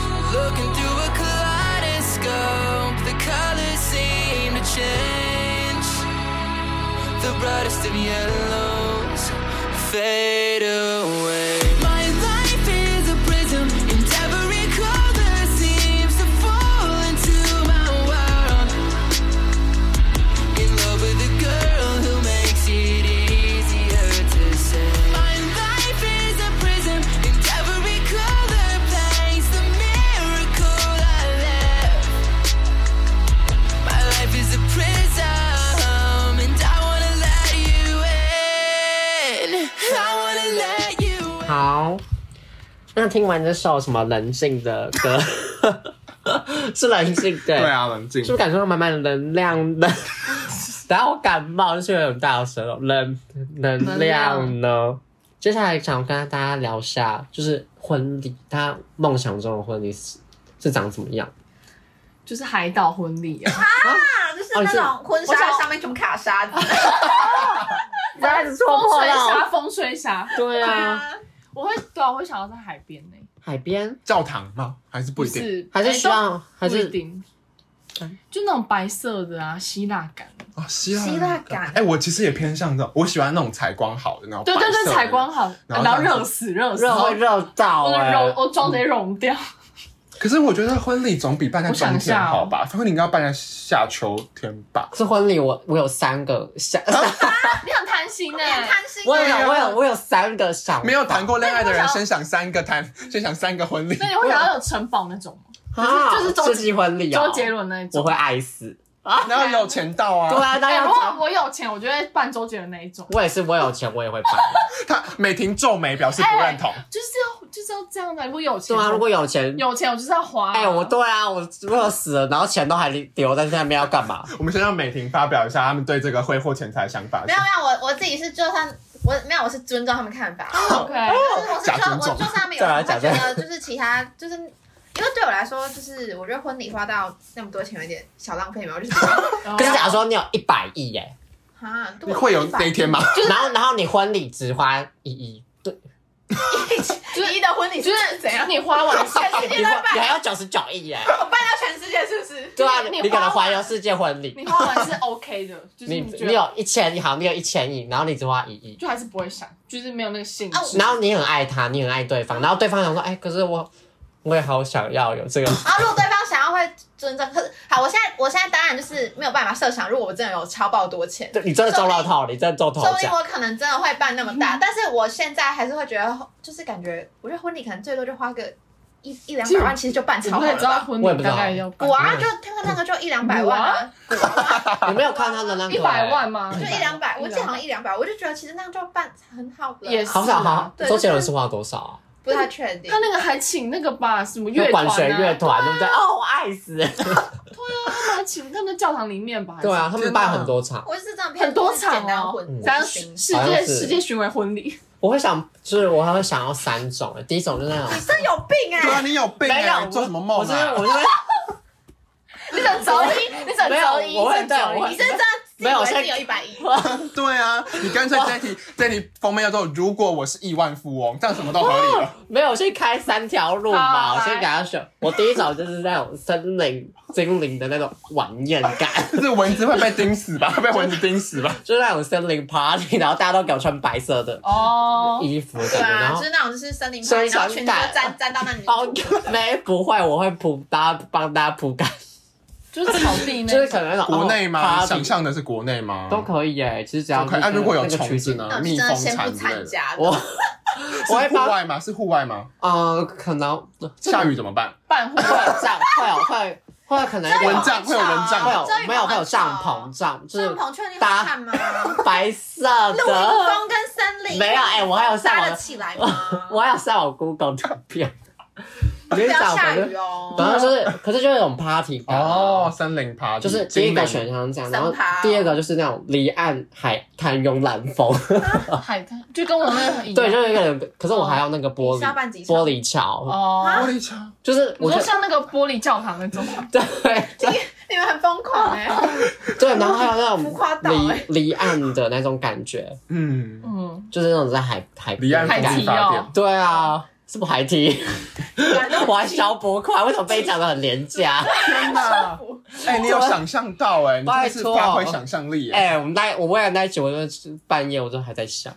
Speaker 5: brightest of yellows fade away. My life is a prism, and every color seems to fall into my world. In love with a girl who makes it easier to say. My life is a prism, and every color plays the miracle I left. My life is a prism, and I wanna let you in. I wanna let you in.
Speaker 1: 好，那听完这首什么人性的歌， [LAUGHS] 是人性对
Speaker 2: 对，啊，冷静
Speaker 1: 是不。是感受到满满的能量 [LAUGHS] 呢？等下我感冒，就是有点大舌头，能能量呢？接下来想跟大家聊一下，就是婚礼，他梦想中的婚礼是是长怎么样？
Speaker 3: 就是海岛婚礼 [LAUGHS] 啊，
Speaker 4: 啊，
Speaker 2: 哦
Speaker 4: 就是那种婚纱上面全部卡沙子，
Speaker 1: 大家是
Speaker 3: 风吹沙，风吹沙，
Speaker 1: [LAUGHS]
Speaker 4: [LAUGHS]
Speaker 1: 对啊，
Speaker 3: 我会对啊，我会想要在海边呢，
Speaker 1: 海边
Speaker 2: 教堂吗？还是不一定？
Speaker 3: 是
Speaker 1: 还是
Speaker 3: 哎
Speaker 1: 需要还
Speaker 3: 不一
Speaker 1: 是嗯
Speaker 3: 定，就那种白色的啊，希腊感，
Speaker 2: 啊，希腊
Speaker 4: 希腊感
Speaker 2: 哎、我其实也偏向这种，我喜欢那种采光好哦的那种，
Speaker 3: 对对对，采光。好，
Speaker 2: 然后
Speaker 3: 然后热死热死，
Speaker 1: 热会热到
Speaker 3: 我的
Speaker 1: 哎、
Speaker 3: 融我妆得融 [LAUGHS] 掉，
Speaker 2: 可是我觉得婚礼总比办在
Speaker 3: 我想
Speaker 2: 冬
Speaker 3: 一
Speaker 2: 天
Speaker 3: 下哦
Speaker 2: 好吧？婚礼应该要办在夏秋天吧？
Speaker 1: 是婚礼，我我有三个想，
Speaker 2: 啊
Speaker 3: 你很贪心欸呢，
Speaker 4: 贪心
Speaker 1: [LAUGHS] 我有我
Speaker 4: 啊，
Speaker 1: 有我有三个想，
Speaker 2: 没有谈过恋爱的
Speaker 3: 那
Speaker 2: 人，
Speaker 3: 你会想
Speaker 2: 先想三个谈，
Speaker 1: [LAUGHS]
Speaker 2: 先想三个婚礼
Speaker 3: 那。你会想要有城堡那种吗？
Speaker 1: 啊，
Speaker 3: 就是就是周
Speaker 1: 世纪婚礼、哦，
Speaker 3: 周杰，伦那一
Speaker 1: 我
Speaker 3: 种
Speaker 1: 会。爱死。
Speaker 2: 然后有钱到
Speaker 1: 对
Speaker 2: 啊，
Speaker 1: 啊，大
Speaker 3: 哎、
Speaker 1: 家
Speaker 3: 如果我有钱，我就会办周杰伦那一种，
Speaker 1: 我也是，我有钱我也会
Speaker 3: [LAUGHS]
Speaker 1: 办。
Speaker 2: 他美婷皱眉表示不认同。
Speaker 3: 就是要就是要这样的。如果有钱，
Speaker 1: 对啊，如果有钱，
Speaker 3: 有钱，我就是要花。
Speaker 1: 哎、我对啊，我如果死了，然后钱都还留在那边要干嘛？
Speaker 2: 我们先让美婷发表一下他们对这个挥霍钱财的想法
Speaker 4: 没。有没有，我我自己是就算我没有，我是尊重他们
Speaker 2: [LAUGHS]
Speaker 4: 看法。
Speaker 3: OK，
Speaker 4: 就是我是
Speaker 2: 假
Speaker 4: 说，
Speaker 2: 尊重
Speaker 4: 我就算他们有人会觉得就是其他就是。因为对我来说，就是我觉得婚礼花到那么多钱有点小浪费嘛，我就觉得 [LAUGHS]
Speaker 3: 然
Speaker 1: [LAUGHS]
Speaker 3: 后
Speaker 1: 可是假如说你有一百亿耶，
Speaker 4: 啊，对
Speaker 2: 你会有
Speaker 4: 一百
Speaker 2: 那一天吗？
Speaker 1: 然后然后你婚礼只花一亿，对，
Speaker 4: 一的婚礼
Speaker 3: 就是是
Speaker 4: 怎样？
Speaker 3: 你花完钱，
Speaker 1: 你你还要九十九亿耶，
Speaker 4: 我办到全世界是不是？
Speaker 1: 对啊，
Speaker 3: 你
Speaker 1: 你
Speaker 3: 你
Speaker 1: 可能
Speaker 3: 花
Speaker 1: 环游世界婚礼，
Speaker 3: [LAUGHS] 你花完是 OK 的，就是
Speaker 1: 你
Speaker 3: 你觉
Speaker 1: 你
Speaker 3: 得
Speaker 1: 有一千亿，好，你有一千亿，然后你只花一亿，
Speaker 3: 就还是不会想，就是没有那个兴
Speaker 4: 啊
Speaker 3: 致。
Speaker 1: 然后你很爱他，你很爱对方，然后对方想说，哎、可是我我也好想要有这个，
Speaker 4: 然后如果对方想要会尊重，可是好，我现在我现在当然就是没有办法设想，如果我真的有超爆多钱，
Speaker 1: 对你真的中了头，你真的中头
Speaker 4: 说不定
Speaker 1: 奖，
Speaker 4: 我可能真的会办那么大，但是我现在还是会觉得，就是感觉，我觉得婚礼可能最多就花个一一两百万，其实就办
Speaker 3: 你
Speaker 4: 超
Speaker 3: 不
Speaker 4: 好
Speaker 3: 太知道
Speaker 4: 了吧。
Speaker 3: 婚
Speaker 1: 我也不
Speaker 3: 礼
Speaker 1: 知道
Speaker 3: 大概要办
Speaker 4: 果啊，就看看那个就一两百万啊，
Speaker 1: 你没有看他的那个
Speaker 3: 一百万吗？
Speaker 4: 就一两百，我记得好像
Speaker 3: 嗯一
Speaker 4: 一两百，我就觉得其实那样就办很好了，
Speaker 3: 也
Speaker 1: 哎
Speaker 3: 是
Speaker 1: 好少好，
Speaker 4: 对
Speaker 1: 周杰伦是花多少啊？
Speaker 4: 不太确定
Speaker 3: 他。那个还请那个吧，什么乐
Speaker 1: 就管
Speaker 3: 团啊？
Speaker 1: 弦乐团对不对？哦，我爱死。
Speaker 3: 他们还请他们在教堂里面吧？还
Speaker 2: [LAUGHS]
Speaker 3: 是
Speaker 1: 对啊，，他们
Speaker 2: 天哪
Speaker 1: 办很多场。
Speaker 4: 我是真的偏
Speaker 3: 很多场
Speaker 4: 简单
Speaker 3: 哦
Speaker 4: 婚，
Speaker 3: 然后世
Speaker 4: 行
Speaker 3: 世
Speaker 1: 好像
Speaker 3: 界
Speaker 1: 是
Speaker 3: 世界巡回婚礼，
Speaker 1: 我会想，就是我还会想要三种，欸第一种就是那种
Speaker 4: 你真有病
Speaker 2: [LAUGHS] 对
Speaker 4: [LAUGHS]
Speaker 2: 啊，
Speaker 4: 哎！
Speaker 2: 你有病
Speaker 1: 没
Speaker 2: 啊！
Speaker 1: 有
Speaker 2: 你做什么
Speaker 1: 我
Speaker 2: 梦
Speaker 1: 是我
Speaker 2: 啊？
Speaker 1: 是会
Speaker 3: 你整周一，你整
Speaker 1: 没有
Speaker 3: 周一，
Speaker 1: 我会
Speaker 3: 整周
Speaker 1: 对我会
Speaker 4: 你
Speaker 3: 一
Speaker 4: 是真的
Speaker 1: 没有我
Speaker 4: 自以为
Speaker 1: 现
Speaker 4: 自己
Speaker 1: 在
Speaker 4: 有一百亿，
Speaker 2: [LAUGHS] 对啊，你干脆这一题这一题封面叫做“如果我是亿万富翁”，这样什么都合理了。
Speaker 1: [LAUGHS] 没有我先开三条路嘛，
Speaker 3: 好
Speaker 1: 我先给他选。我第一种就是那种森林精灵的那种晚宴感， [LAUGHS]
Speaker 2: 就是蚊子会被叮死吧？会被蚊子叮死吧？
Speaker 1: 就是那种森林 party，然后大家都给我穿白色的
Speaker 3: 哦，
Speaker 1: 衣服的
Speaker 4: 对
Speaker 1: 感觉，
Speaker 4: 啊，
Speaker 1: 然
Speaker 4: 就
Speaker 1: 后
Speaker 4: 是那种就是森林
Speaker 1: 所
Speaker 4: 派，
Speaker 1: 以
Speaker 4: 然后
Speaker 1: 想
Speaker 4: 裙子
Speaker 1: 改
Speaker 4: 就粘粘到那里。
Speaker 1: 哦， [LAUGHS] 没不会，我会铺大家帮大家铺盖，
Speaker 3: 就是草地那
Speaker 1: 就是可
Speaker 3: 种，
Speaker 1: 能那种
Speaker 2: 国内吗？
Speaker 1: 哦
Speaker 2: 想
Speaker 1: party
Speaker 2: 象的是国内吗？
Speaker 1: 都可啊以耶，其实只要
Speaker 2: 都可以。那啊
Speaker 1: 那个
Speaker 2: 如果有
Speaker 1: 那个
Speaker 2: 虫
Speaker 1: 取
Speaker 2: 子
Speaker 1: 景
Speaker 2: 呢
Speaker 4: 那？我
Speaker 2: 蜜
Speaker 4: 真的
Speaker 2: 蜂
Speaker 4: 先不
Speaker 2: 蝉之类
Speaker 4: 参
Speaker 2: 的。
Speaker 4: 加的，
Speaker 1: 我
Speaker 2: 是
Speaker 1: 我会
Speaker 2: 户
Speaker 1: 帮
Speaker 2: 外吗？是户外吗？
Speaker 1: 呃，可能
Speaker 2: 下雨怎么办？
Speaker 3: 办户
Speaker 1: 会有
Speaker 3: 外，
Speaker 1: 帐，会有会会有可能有
Speaker 4: 这
Speaker 1: 点
Speaker 4: 有
Speaker 2: 蚊帐会有蚊帐
Speaker 1: 会有
Speaker 4: 这有
Speaker 1: 没有会有
Speaker 4: 很
Speaker 1: 帐
Speaker 4: 吵
Speaker 1: 篷帐，就是
Speaker 4: 帐篷确定好看
Speaker 1: [LAUGHS]
Speaker 4: 吗？
Speaker 1: 白色
Speaker 4: 露营
Speaker 1: 的。
Speaker 4: 风跟森林
Speaker 1: 没有哎我还有上网
Speaker 4: 搭得起来吗？
Speaker 1: [LAUGHS] 我还有上我 Google 图片，我
Speaker 4: 不
Speaker 1: 跟你
Speaker 4: 要
Speaker 1: 讲，
Speaker 4: 下
Speaker 1: 反
Speaker 4: 雨
Speaker 1: 正
Speaker 4: 哦。
Speaker 1: 反正就是，可是就是那种 party 感啊
Speaker 2: 哦，，森林趴
Speaker 1: 就是第一个选项是这样，然后
Speaker 4: 三趴哦
Speaker 1: 第二个就是那种离岸海滩慵懒风，
Speaker 3: 海滩，就跟我那个一样，
Speaker 1: 对，就是一个人，可是我还要那个玻
Speaker 4: 啊你是要
Speaker 1: 璃
Speaker 4: 办几场
Speaker 1: 玻璃桥，
Speaker 2: 玻
Speaker 3: 哦，
Speaker 2: 璃墙，
Speaker 1: 就是
Speaker 3: 我
Speaker 1: 我
Speaker 3: 说
Speaker 1: 就
Speaker 3: 像那个玻璃教堂那种，
Speaker 4: [LAUGHS]
Speaker 1: 对对
Speaker 4: 你们很疯
Speaker 1: [LAUGHS]
Speaker 4: 狂哎、
Speaker 1: 对，然后还有那
Speaker 4: 浮夸到
Speaker 1: 种
Speaker 4: 欸
Speaker 1: 离离岸的那种感觉，
Speaker 2: 嗯，
Speaker 3: 嗯，
Speaker 1: 就是那种在海海
Speaker 2: 离岸
Speaker 1: 边
Speaker 2: 风
Speaker 1: 感
Speaker 2: 力
Speaker 3: 海
Speaker 2: 发
Speaker 3: 堤
Speaker 2: 电
Speaker 3: 哦，
Speaker 1: 对啊，是不还踢？我还消波块，为什么被你讲的很廉
Speaker 2: [LAUGHS]
Speaker 1: 价？
Speaker 2: 天哪！哎、你有想象到哎、你真的是
Speaker 1: 拜托
Speaker 2: 发挥想象力哎、
Speaker 1: 哎、我们那我为了那一集，我就是半夜我都还在想。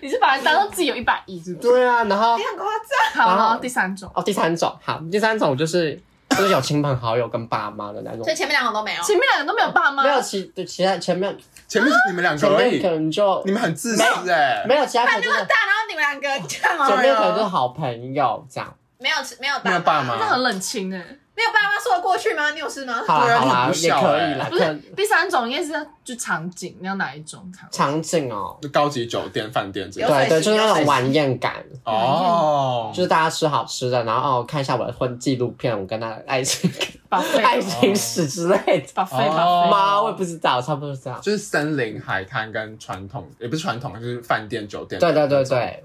Speaker 3: 你是把它当做自己有一百亿，是不是？
Speaker 1: 对啊，然后
Speaker 4: 你很夸张，
Speaker 3: 好，然
Speaker 1: 然
Speaker 3: 后
Speaker 1: 后
Speaker 3: 第三种，
Speaker 1: 哦，第三种好，第三种就是就是有亲朋好友跟爸妈的那种
Speaker 4: 所，以前面两种都没有。
Speaker 3: 前面两个都没有爸妈，
Speaker 1: 没有其对其他前面
Speaker 2: 前面是你们两个
Speaker 1: 前
Speaker 2: 而
Speaker 1: 面可
Speaker 2: 已，
Speaker 1: 能就
Speaker 2: 你们很自私哎、
Speaker 1: 没有其他可
Speaker 4: 饭那
Speaker 1: 能就
Speaker 4: 么
Speaker 1: 是
Speaker 4: 大，然后你们两个这样
Speaker 1: 前
Speaker 4: 哦，
Speaker 1: 面可能就是好朋友这样。
Speaker 4: 没有没有
Speaker 2: 没有爸妈
Speaker 3: 那很冷清哎。
Speaker 4: 没有爸妈说得过去吗？你有事吗？
Speaker 1: 好
Speaker 2: 对
Speaker 1: 啦
Speaker 2: 啊
Speaker 1: 好
Speaker 2: 你
Speaker 1: 啦，
Speaker 2: 很
Speaker 1: 也
Speaker 2: 小
Speaker 1: 可
Speaker 2: 欸
Speaker 1: 以啦，
Speaker 3: 不
Speaker 1: 可
Speaker 3: 是
Speaker 1: 能
Speaker 3: 第三种，应该是就场景，你要哪一种场景？
Speaker 1: 场景哦。
Speaker 2: 高级酒店、饭店之类
Speaker 4: 有
Speaker 2: 的
Speaker 4: 水型
Speaker 1: 对对，就是那
Speaker 4: 有水
Speaker 1: 种
Speaker 4: 型
Speaker 1: 晚宴感，
Speaker 2: 哦，
Speaker 1: 嗯就是大家吃好吃的，然后哦看一下我的婚纪录片，我跟他的
Speaker 4: [LAUGHS]
Speaker 1: 爱情
Speaker 3: 把
Speaker 1: [LAUGHS]
Speaker 3: 费
Speaker 1: 爱情史之类的。
Speaker 3: 把费把
Speaker 2: 哦
Speaker 3: 费，
Speaker 1: 妈，我也不知道，差不多是这样。
Speaker 2: 就是森林、海滩跟传统，也不是传统，就是饭店、酒店。
Speaker 1: 对对对。对，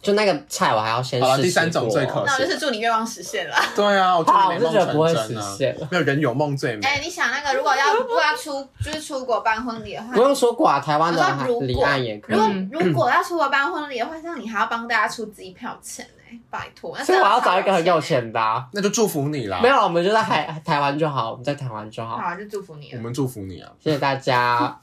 Speaker 1: 就那个菜我还要先
Speaker 2: 好了
Speaker 1: 试
Speaker 2: 第三种
Speaker 1: 过
Speaker 2: 最可
Speaker 4: 那我就是祝你愿望实现了。
Speaker 2: 对啊，我觉
Speaker 1: 好
Speaker 2: 得
Speaker 1: 我
Speaker 2: 你
Speaker 1: 是
Speaker 2: 梦
Speaker 1: 觉得不会
Speaker 2: 成真
Speaker 1: 实
Speaker 2: 啊。
Speaker 1: 现了。
Speaker 2: 没有人有梦最美。
Speaker 4: 哎，你想那个如果要如果要出就是出国办婚礼的话
Speaker 1: 不，用说寡，台湾
Speaker 4: 我说如
Speaker 1: 的
Speaker 4: 果
Speaker 1: 离岸也可
Speaker 4: 啊如果
Speaker 1: 以。
Speaker 3: 嗯
Speaker 4: 如果要出国办婚礼的话，那你还要帮大家出机票钱哎，拜托。那真
Speaker 1: 所以
Speaker 4: 的
Speaker 1: 我要
Speaker 4: 超
Speaker 1: 找一个很有
Speaker 4: 有
Speaker 1: 钱的啊。
Speaker 2: 那就祝福你啦。
Speaker 1: 没有，我们就在海台湾就好，我们在台湾就
Speaker 4: 欸。
Speaker 1: 好。
Speaker 4: 好，就祝福你
Speaker 2: 我
Speaker 4: 了。
Speaker 2: 们祝福你啊。
Speaker 1: 谢谢大家。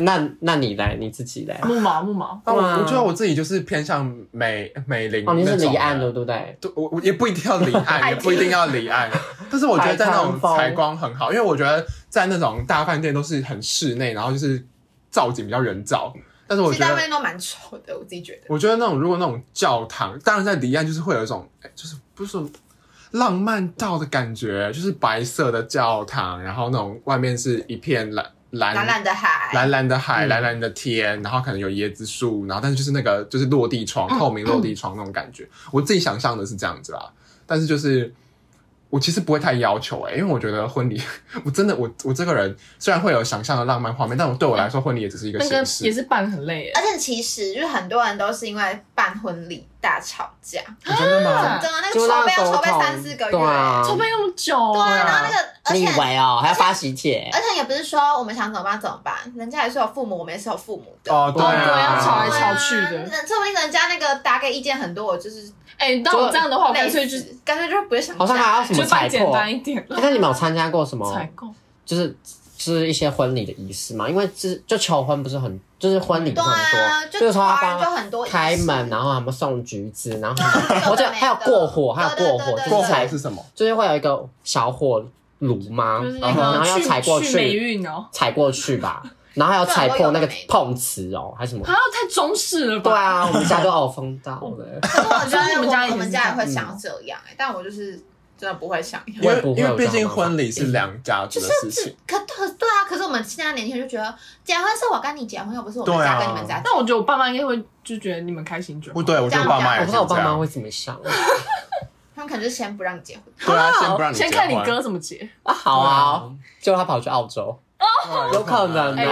Speaker 1: 那那你来，你自己
Speaker 4: 嗯
Speaker 1: 来。
Speaker 3: 木毛木毛，
Speaker 2: 但我
Speaker 1: 对啊
Speaker 2: 哦我觉得我自己就是偏向美美玲
Speaker 1: 哦，你是
Speaker 2: 那种
Speaker 1: 离岸的，
Speaker 2: 人
Speaker 1: 对不对？
Speaker 2: 对，我我也不一定要离岸，
Speaker 4: 海
Speaker 2: 也
Speaker 4: 景
Speaker 2: 不一定要离岸，但是我觉得在那种
Speaker 1: 海滩风
Speaker 2: 采光很好，因为我觉得在那种大饭店都是很室内，然后就是造景比较人造。但是我
Speaker 4: 其
Speaker 2: 觉
Speaker 4: 实大部
Speaker 2: 得，
Speaker 4: 分都蛮丑的，我自己觉得。
Speaker 2: 我觉得那种如果那种教堂，当然在离岸就是会有一种，哎就是不是说浪漫到的感觉，就是白色的教堂，然后那种外面是一片蓝蓝
Speaker 4: 蓝蓝的海，
Speaker 2: 蓝蓝的海，
Speaker 1: 嗯
Speaker 2: 蓝蓝的天，然后可能有椰子树，然后但是就是那个就是落地窗，透明落地窗那种感觉，我自己想象的是这样子啦。但是就是我其实不会太要求哎、因为我觉得婚礼， [LAUGHS] 我真的我我这个人虽然会有想象的浪漫画面，但我对我来说婚礼也只是一个
Speaker 3: 那个
Speaker 2: 形
Speaker 3: 也
Speaker 2: 式。
Speaker 3: 是办很累哎
Speaker 4: 而。且其实就是很多人都是因为办婚礼大吵架，
Speaker 2: 你真的吗？
Speaker 4: 真啊的那
Speaker 1: 就
Speaker 4: 个筹备要
Speaker 1: 嗯让
Speaker 4: 筹备
Speaker 1: 沟通
Speaker 4: 三四个月，
Speaker 1: 对啊，
Speaker 3: 筹备那么久
Speaker 4: 对啊，
Speaker 3: 啊，
Speaker 4: 然后那个而
Speaker 1: 你以
Speaker 4: 且
Speaker 1: 为哦，还要发喜帖？
Speaker 4: 而且也不是说我们想怎么办怎么办，人家也是有父母，我们也是有父母的。
Speaker 2: 哦，对
Speaker 1: 对啊
Speaker 2: 啊，
Speaker 1: 要吵
Speaker 3: 来吵去的
Speaker 4: 对啊那说不定人家那个打给意见很多，我就是
Speaker 3: 哎，那我这样的话，我干
Speaker 4: 类
Speaker 3: 脆
Speaker 4: 似
Speaker 3: 就
Speaker 4: 干脆就不会想
Speaker 1: 好像
Speaker 4: 讲
Speaker 1: 还要什么
Speaker 3: 就办
Speaker 1: 采
Speaker 3: 简
Speaker 1: 购？
Speaker 3: 单一点
Speaker 1: 哎那你们有参加过什么？
Speaker 3: 采购。
Speaker 1: 就是就是一些婚礼的仪式嘛？因为这就求婚不是很，就是婚礼不
Speaker 4: 对
Speaker 1: 是很多，
Speaker 4: 啊，
Speaker 1: 比
Speaker 4: 就
Speaker 1: 如说
Speaker 4: 华
Speaker 1: 他
Speaker 4: 人就
Speaker 1: 帮
Speaker 4: 很多仪式
Speaker 1: 开门，啊然后他们送
Speaker 4: [LAUGHS]
Speaker 1: 橘子，然后还
Speaker 4: 有的
Speaker 1: 有我记得
Speaker 4: 没
Speaker 1: 还有
Speaker 4: 的
Speaker 1: 过火，还有
Speaker 4: 对对
Speaker 1: 过火，
Speaker 4: 对对
Speaker 1: 就
Speaker 2: 过
Speaker 1: 是
Speaker 2: 火
Speaker 1: 踩，
Speaker 2: 是什么？
Speaker 1: 就是会有一个小火炉嘛，
Speaker 3: 就是那
Speaker 1: 嗯然后
Speaker 3: 个
Speaker 1: 要
Speaker 3: 去
Speaker 1: 踩过
Speaker 3: 去美
Speaker 1: 去，
Speaker 3: 运哦，
Speaker 1: 踩过去吧，然后还有
Speaker 4: 对啊
Speaker 1: 踩
Speaker 4: 我
Speaker 1: 破
Speaker 4: 有
Speaker 1: 那个
Speaker 4: 美
Speaker 1: 碰瓷哦，还是什么
Speaker 3: 好？像太中式了吧？
Speaker 1: 对，啊，我们家都偶风到了。
Speaker 4: 可是我觉得
Speaker 3: 你们
Speaker 4: 我
Speaker 3: 家也是
Speaker 4: 我们家也
Speaker 3: 这
Speaker 4: 会想要这样、欸，但我就是真的不会想要。
Speaker 2: 因
Speaker 1: 我
Speaker 2: 为
Speaker 1: 也不会
Speaker 2: 因为
Speaker 1: 有
Speaker 2: 毕
Speaker 1: 这样
Speaker 2: 竟
Speaker 1: 的方法
Speaker 2: 婚礼是两家子的事情，
Speaker 4: 可可对啊，可是我们现在年轻人就觉得结婚是我跟你结婚，又不是我们
Speaker 2: 对啊
Speaker 4: 家跟你们家结
Speaker 3: 但我觉得我爸妈应该会就觉得你们开心就好
Speaker 2: 不。对，我觉得我爸妈
Speaker 1: 我
Speaker 2: 也
Speaker 1: 不
Speaker 2: 是
Speaker 1: 知道我
Speaker 2: 这
Speaker 1: 爸妈
Speaker 2: 样
Speaker 1: 会，怎么想
Speaker 4: 他们可能就先不让你结婚。
Speaker 2: 对啊，先不让你
Speaker 3: 先
Speaker 2: 结
Speaker 3: 看你
Speaker 2: 婚
Speaker 3: 哥怎么结。
Speaker 1: 啊！好啊，结果他跑去澳洲，
Speaker 2: 对啊
Speaker 1: 有可能
Speaker 3: 哎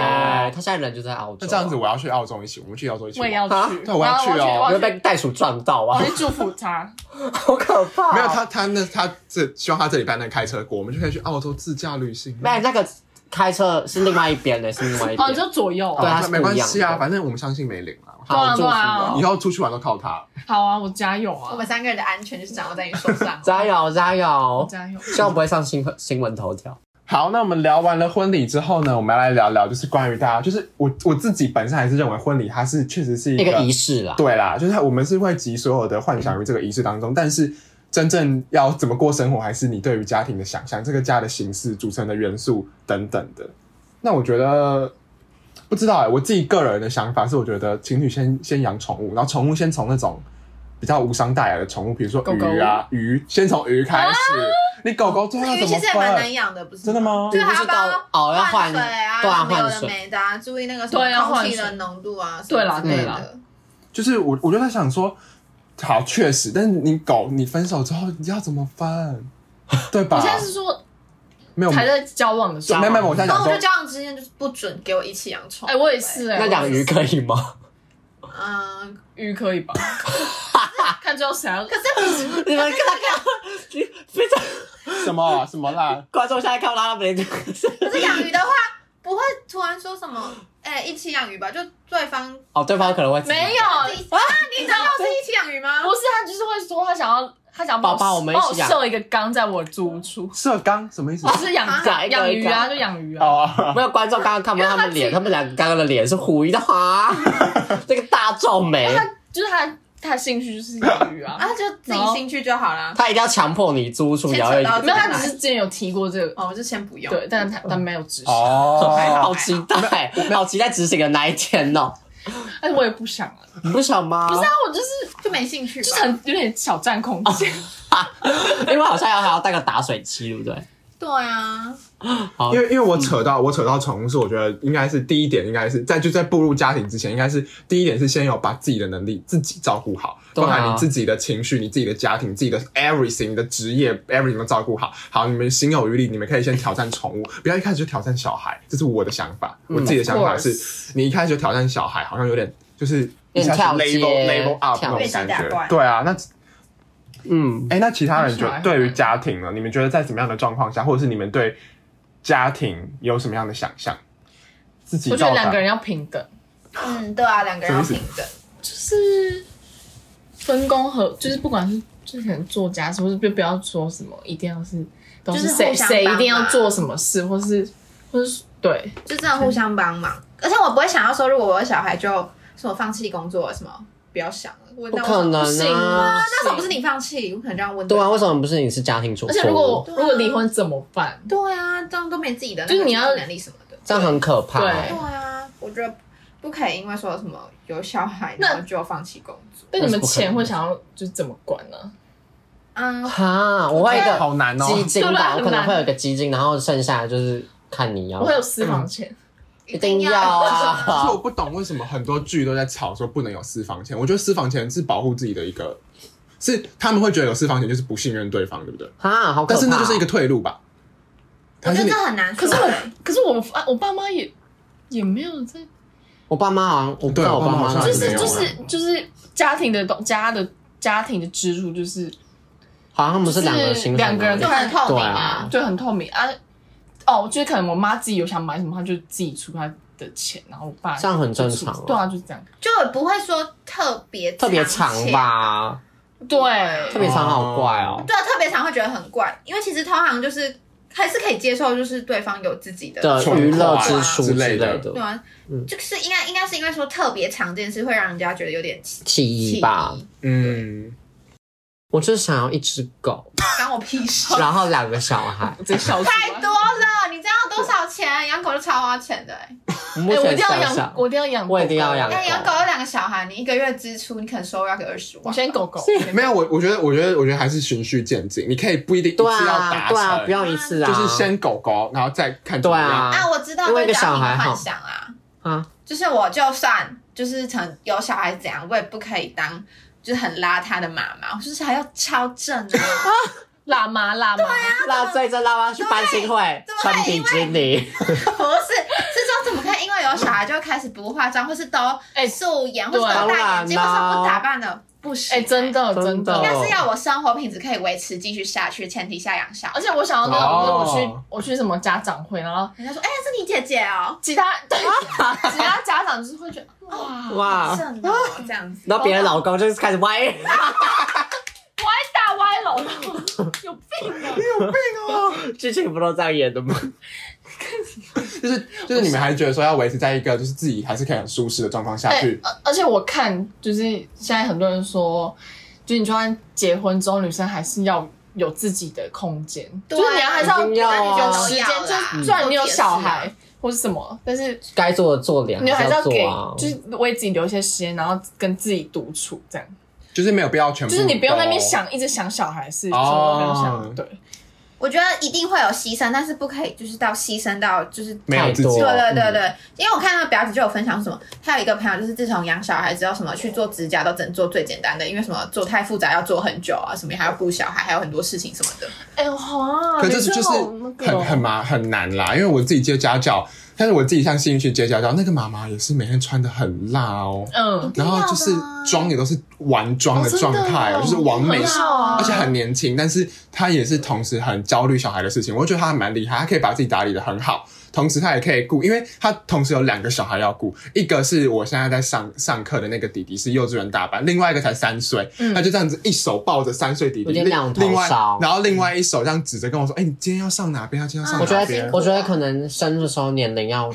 Speaker 1: 哦，他现在人就在澳洲。
Speaker 2: 那这样子，我要去澳洲一起，我们去澳洲一起
Speaker 3: 我
Speaker 2: 玩。
Speaker 3: 也要
Speaker 1: 啊
Speaker 3: 去，
Speaker 2: 对我要去哦
Speaker 3: 我
Speaker 1: 我
Speaker 3: 要
Speaker 1: 会
Speaker 3: 去，
Speaker 1: 被袋鼠撞到
Speaker 3: 我
Speaker 1: 啊
Speaker 3: 要！去祝
Speaker 1: [LAUGHS]
Speaker 3: 福他。
Speaker 1: 好可怕、哦
Speaker 2: 没有，他，他那他这希望他这礼拜能开车过，我们就可以去澳洲自驾旅行。
Speaker 1: 没哎那个开车是另外一边的，是另外一
Speaker 3: 哦，
Speaker 1: 边。
Speaker 3: 你就左右。
Speaker 2: 哦
Speaker 1: 对啊
Speaker 2: 没关系
Speaker 1: 是不一样
Speaker 2: 啊，
Speaker 1: 的
Speaker 2: 反正我们相信梅林啦。
Speaker 1: 好我祝福
Speaker 3: 对啊
Speaker 1: 哦。
Speaker 2: 以后出去玩都靠他。
Speaker 3: 好啊，我加油啊
Speaker 4: 我，们三个人的安全就是掌握在你手上啊
Speaker 1: [LAUGHS] 加油加
Speaker 3: 我
Speaker 1: 油！
Speaker 3: 加油。
Speaker 1: 希望不会上新闻新闻头条。
Speaker 2: 好，那我们聊完了婚礼之后呢，我们要来聊聊，就是关于大家，就是我我自己本身还是认为婚礼它是确实是一
Speaker 1: 那
Speaker 2: 个
Speaker 1: 个仪式啦，
Speaker 2: 对啦，就是我们是会集所有的幻想于这个仪式当中，但是真正要怎么过生活，还是你对于家庭的想象，这个家的形式组成的元素等等的。那我觉得不知道哎、我自己个人的想法是，我觉得情侣先先养宠物，然后宠物先从那种比较无伤大雅的宠物，比如说
Speaker 3: 狗狗
Speaker 2: 鱼啊鱼，先从鱼开始。你狗狗最后
Speaker 4: 啊鱼
Speaker 2: 要怎
Speaker 4: 其
Speaker 2: 么
Speaker 4: 实也蛮难
Speaker 2: 分？
Speaker 4: 养的，不是？
Speaker 2: 真的？吗？
Speaker 4: 对，
Speaker 1: 不
Speaker 4: 还
Speaker 1: 是
Speaker 4: 要
Speaker 1: 到
Speaker 4: 帮
Speaker 1: 哦要
Speaker 4: 它
Speaker 1: 换
Speaker 4: 水啊，
Speaker 1: 对啊
Speaker 4: 什么有
Speaker 1: 换
Speaker 4: 的
Speaker 1: 水
Speaker 4: 没的啊，注意那个什
Speaker 3: 对要
Speaker 4: 么空
Speaker 3: 换
Speaker 4: 气的
Speaker 3: 水
Speaker 4: 浓度啊，
Speaker 3: 对啦
Speaker 4: 啦
Speaker 1: 对
Speaker 3: 啦
Speaker 4: 啦，
Speaker 2: 就是我我就在想说，好确实，但是你狗你分手之后你要怎么分？对吧？
Speaker 3: 我现在是说
Speaker 2: 没有
Speaker 3: 还在交往的时候
Speaker 2: 没有没有，我现
Speaker 4: 然
Speaker 2: 在讲
Speaker 4: 后我哦就
Speaker 2: 说，
Speaker 4: 交往之前就是不准给我一起养宠物。欸
Speaker 3: 哎，我也是哎。
Speaker 1: 那养鱼
Speaker 3: 我也是
Speaker 1: 可以吗？
Speaker 4: 嗯，
Speaker 3: 鱼可以吧？看最后谁要。
Speaker 4: 可是
Speaker 1: [LAUGHS] 你们看看，你非常
Speaker 2: 什么什么啦？
Speaker 1: 观众现在看不到他们的，
Speaker 4: 可是养鱼的话，不会突然 [GASPS] 说什么，哎，一起养鱼吧，就对方
Speaker 1: [LAUGHS] 哦，对方可能会
Speaker 3: [LAUGHS] 没有，
Speaker 4: [LAUGHS] 啊，你知道
Speaker 3: 说他想要他想要
Speaker 1: 宝宝我们一
Speaker 3: 帮我
Speaker 1: 起养
Speaker 3: 设一个缸在我租屋处，
Speaker 2: 射缸什么意思？
Speaker 3: 哦就是养
Speaker 1: 啊
Speaker 3: 养鱼
Speaker 1: 一
Speaker 3: 啊，
Speaker 1: 个
Speaker 3: 就养鱼啊。
Speaker 2: 哦，
Speaker 1: 没有观众刚刚看不到他们脸，他们两个刚刚的脸是狐疑的 [LAUGHS] 哈，啊这个大皱眉，
Speaker 3: 他就是他他的兴趣就是养鱼啊，
Speaker 4: 啊，就自己兴趣就好啦。
Speaker 1: 他一定要强迫你租出摇曳
Speaker 4: 牵扯到
Speaker 1: 鱼，
Speaker 3: [LAUGHS] 没有他只是之前有提过这个，
Speaker 4: 哦，我就先不用。
Speaker 3: 对，但是他但没有执行，
Speaker 2: 哦，
Speaker 1: 好期待，好期待执行的那一天哦！
Speaker 3: 但是我也不想啊，
Speaker 1: 你不想吗？
Speaker 3: 不是啊，我就是
Speaker 4: 就没兴趣吧。
Speaker 3: 就是很有点小占空间，
Speaker 1: 因为好像要还要带个打水器，对不对？
Speaker 4: 对啊，
Speaker 1: 好
Speaker 2: 因，为因为我扯到我扯到宠物是，我觉得应该是第一点，应该是在就在步入家庭之前，应该是第一点是先有把自己的能力自己照顾好，
Speaker 1: 对
Speaker 2: 包
Speaker 1: 啊
Speaker 2: 含你自己的情绪、你自己的家庭、自己的 everything 你的职业 everything 都照顾好。好，你们心有余力，你们可以先挑战宠物，不要一开始就挑战小孩，这是我的想法。
Speaker 1: 嗯
Speaker 2: 我自己的想法
Speaker 3: Of
Speaker 2: 是，你一开始就挑战小孩，好像有点就是。一
Speaker 1: 有点
Speaker 2: 下子
Speaker 1: 跳阶
Speaker 2: label label up
Speaker 1: 跳
Speaker 2: 那种
Speaker 4: 阶
Speaker 2: 感
Speaker 4: 打怪
Speaker 2: 觉，对啊，那
Speaker 1: 嗯，
Speaker 2: 哎、那其他人觉
Speaker 3: 小孩
Speaker 2: 对于家庭呢？你们觉得在什么样的状况下，或者是你们对家庭有什么样的想象？自己
Speaker 3: [LAUGHS] 我觉
Speaker 2: 到
Speaker 3: 得
Speaker 2: 达
Speaker 3: 两个人要平等，
Speaker 4: 嗯，对啊，两个人要平等。
Speaker 3: 就是分工合，就是不管是就是可能做家事，或者就不要说什么一定要是都
Speaker 4: 就是是
Speaker 3: 谁
Speaker 4: 互相
Speaker 3: 谁
Speaker 4: 帮
Speaker 3: 一定要
Speaker 4: 忙
Speaker 3: 做什么事，或是或是对，
Speaker 4: 就真的互相帮忙。而且我不会想要说，如果我有小孩就什么放弃工作什么，不要想了。我
Speaker 1: 不
Speaker 4: 那
Speaker 1: 可
Speaker 4: 我
Speaker 1: 能
Speaker 3: 行
Speaker 1: 啊
Speaker 3: 吗！
Speaker 4: 那时候不是你放弃，我可能这样问。
Speaker 1: 对啊，为什么不是你是家庭主妇？
Speaker 3: 而且如果
Speaker 1: 哦
Speaker 4: 对啊
Speaker 3: 如果离婚怎么办？
Speaker 4: 对啊，这样都没自己的那个
Speaker 3: 就是你要
Speaker 4: 经济能力什么的。
Speaker 1: 这样很可怕
Speaker 3: 对
Speaker 1: 欸
Speaker 4: 对。啊，我觉得不可以因为说什么有小孩
Speaker 3: 那
Speaker 4: 然后就放弃工作。
Speaker 3: 那你们
Speaker 1: 啊那是不可能
Speaker 3: 钱
Speaker 1: 的
Speaker 3: 会想要就是怎么管呢、
Speaker 4: 嗯，
Speaker 1: 哈，我会一个
Speaker 2: 好难哦、
Speaker 1: 基金
Speaker 3: 对
Speaker 1: 吧，
Speaker 3: 啊
Speaker 1: 我可
Speaker 3: 很
Speaker 1: 能
Speaker 3: 难
Speaker 1: 会有一个基金，然后剩下的就是看你要
Speaker 3: 我。会有私
Speaker 1: 嗯
Speaker 3: 房钱，
Speaker 1: 一定要
Speaker 2: 可是
Speaker 1: 啊
Speaker 2: 我！不懂为什么很多剧都在吵说不能有私房钱。我觉得私房钱是保护自己的一个，是他们会觉得有私房钱就是不信任对方，对不对？
Speaker 1: 哈，好可怕！
Speaker 2: 但是那就是一个退路吧。
Speaker 4: 我
Speaker 2: 还
Speaker 4: 觉
Speaker 2: 是
Speaker 4: 得
Speaker 2: 你
Speaker 4: 这很难
Speaker 3: 可
Speaker 4: 说。欸
Speaker 3: 是我可是我啊我爸妈也也没有在，
Speaker 1: 我爸妈好像，我不知
Speaker 2: 对
Speaker 1: 道我
Speaker 2: 我
Speaker 1: 爸
Speaker 2: 爸妈
Speaker 1: 妈
Speaker 2: 好像
Speaker 1: 哪
Speaker 3: 就
Speaker 1: 里
Speaker 2: 没有
Speaker 3: 是
Speaker 1: 有
Speaker 3: 啊就
Speaker 1: 欸
Speaker 3: 是就是家庭的东家的家庭的支出就是
Speaker 1: 好像他们是两个人
Speaker 3: 就是
Speaker 1: 形成
Speaker 3: 两个人
Speaker 4: 就
Speaker 1: 的
Speaker 4: 很透明
Speaker 1: 对啊
Speaker 4: 啊，
Speaker 3: 就很透明啊。哦，就是可能我妈自己有想买什么，她就自己出她的钱，然后我爸
Speaker 1: 这样很正常啊
Speaker 3: 就出对啊，就是这样。
Speaker 4: 就也不会说特别
Speaker 1: 特别长
Speaker 4: 钱？
Speaker 1: 吧，
Speaker 3: 对，
Speaker 1: 特别长好怪哦。
Speaker 4: 对啊，特别长会觉得很怪，因为其实通常就是还是可以接受，就是对方有自己的
Speaker 1: 的
Speaker 2: 存
Speaker 1: 娱乐
Speaker 2: 款
Speaker 1: 支出
Speaker 2: 啊之
Speaker 1: 啊之
Speaker 2: 类
Speaker 1: 类
Speaker 2: 的
Speaker 1: 的
Speaker 4: 对啊
Speaker 1: 嗯，
Speaker 4: 就是应该应该是因为说特别长这件事会让人家觉得有点气
Speaker 1: 起疑吧。
Speaker 2: 嗯，
Speaker 1: 我就是想要一只狗，
Speaker 4: 关我屁事。
Speaker 1: 然后两个小
Speaker 2: [LAUGHS]
Speaker 1: 孩。
Speaker 3: 直接笑出来
Speaker 4: 太多了，你知道多少钱？养狗就超花钱的、欸，
Speaker 1: 我
Speaker 3: 哎、
Speaker 1: 目
Speaker 3: 我一
Speaker 1: 前
Speaker 3: 定要
Speaker 1: 想
Speaker 3: 养
Speaker 1: 想，，
Speaker 3: 我一定要养，
Speaker 1: 我一定要养
Speaker 4: 哎、养狗有两个小孩，你一个月支出，你可能收入要给二十万。
Speaker 3: 我先狗狗，
Speaker 2: 没有，我我觉得，我觉得，我觉得还是循序渐进，你可以不一定一次
Speaker 1: 对
Speaker 2: 要
Speaker 1: 啊，
Speaker 2: 达
Speaker 1: 对啊，
Speaker 2: 成
Speaker 1: 不要一次啊，
Speaker 2: 就是先狗狗，然后再看怎
Speaker 1: 对
Speaker 2: 么样
Speaker 1: 啊
Speaker 4: 啊，我知道，
Speaker 1: 因为一个
Speaker 4: 这是家庭
Speaker 1: 小孩好
Speaker 4: 幻想啊，
Speaker 1: 啊，
Speaker 4: 就是我就算就是成有小孩怎样，我也不可以当就是很邋遢的妈妈，我就是还要超正
Speaker 3: [LAUGHS]
Speaker 4: 啊，
Speaker 3: 辣妈辣妈，
Speaker 1: 那最真拉妈去班新会
Speaker 4: 对
Speaker 1: 穿比基
Speaker 4: [LAUGHS]
Speaker 1: 尼，
Speaker 4: 不是，是说怎么可以因为有小孩就开始不化妆，或是都
Speaker 3: 哎
Speaker 4: 素颜，或是都
Speaker 1: 当然
Speaker 4: 戴
Speaker 1: 啦
Speaker 4: 眼
Speaker 3: 啊
Speaker 4: 镜，或是不打扮的，不行、
Speaker 3: 哎、真。的
Speaker 1: 真的
Speaker 3: 真的
Speaker 4: 应。该是要我生活品质可以维持继续下去，前提下养小孩
Speaker 3: 而。且我想要那种，
Speaker 2: 哦
Speaker 3: 就是我去我去什么家长会，然后
Speaker 4: 人家说：“哎、是你姐姐
Speaker 3: [LAUGHS]
Speaker 4: 哦。
Speaker 3: 其他对其他家长就是会觉得哎哇，
Speaker 1: 哇
Speaker 4: 好！正哦”这样子。
Speaker 1: 然后别人老公就是开始歪，
Speaker 3: 大歪楼，
Speaker 4: [LAUGHS]
Speaker 3: 有病啊！
Speaker 1: 剧情不都这样演的吗？
Speaker 2: 就是就是你们还觉得说要维持在一个就是自己还是可以很舒适的状况下
Speaker 3: 哎
Speaker 2: 去，
Speaker 3: 而而且我看就是现在很多人说，就是你就算结婚之后，女生还是要有自己的空间，
Speaker 4: 对
Speaker 3: 就是你要还是要
Speaker 1: 一定要啊
Speaker 3: 有时间，
Speaker 4: 都要啦
Speaker 3: 就虽然你有小
Speaker 4: 我也
Speaker 3: 孩或是什么，但是
Speaker 1: 该做的做两，
Speaker 3: 你还是要给
Speaker 1: 做啊，，
Speaker 3: 就是为自己留一些时间，然后跟自己独处这样。
Speaker 2: 就是没有必要全部，
Speaker 3: 就是你不用在那边，想，一直想小孩的事，什
Speaker 2: 哦
Speaker 3: 么都不用想。对，
Speaker 4: 我觉得一定会有牺牲，但是不可以就是到牺牲到就是
Speaker 2: 没嗯有自己，
Speaker 1: 太
Speaker 4: 对
Speaker 1: 多嗯
Speaker 4: 对对对，因为我看那个表姐就有分享什么，她有一个朋友就是自从养小孩之后，什么去做指甲都只能做最简单的，因为什么做太复杂要做很久啊，什么还要顾小孩，还有很多事情什么的。
Speaker 3: 哎呦哇，
Speaker 2: 可是这
Speaker 3: 你
Speaker 2: 就是
Speaker 3: 好那个哦
Speaker 2: 很很麻很难啦，因为我自己接家教，但是我自己像兴趣接家教，那个妈妈也是每天穿的很辣哦，
Speaker 3: 嗯，
Speaker 2: 然后就是妆也都是完妆的状态哦，
Speaker 3: 哦真的哦
Speaker 2: 就是完美
Speaker 3: 很好啊
Speaker 2: 而且很年轻，但是她也是同时很焦虑小孩的事情，我觉得她还蛮厉害，她可以把自己打理的很好，同时他也可以顾，因为他同时有两个小孩要顾，一个是我现在在上上课的那个弟弟是幼稚园大班，另外一个才三岁，
Speaker 1: 嗯
Speaker 2: 他就这样子一手抱着三岁弟弟，
Speaker 1: 有点
Speaker 2: 另
Speaker 1: 两头
Speaker 2: 另外
Speaker 1: 烧
Speaker 2: 然后另外一手这样指着跟我说：“哎、你今天要上哪边？他今天要上
Speaker 1: 我觉
Speaker 2: 哪
Speaker 4: 嗯
Speaker 2: 边
Speaker 1: 得，我觉得可能生的时候年龄要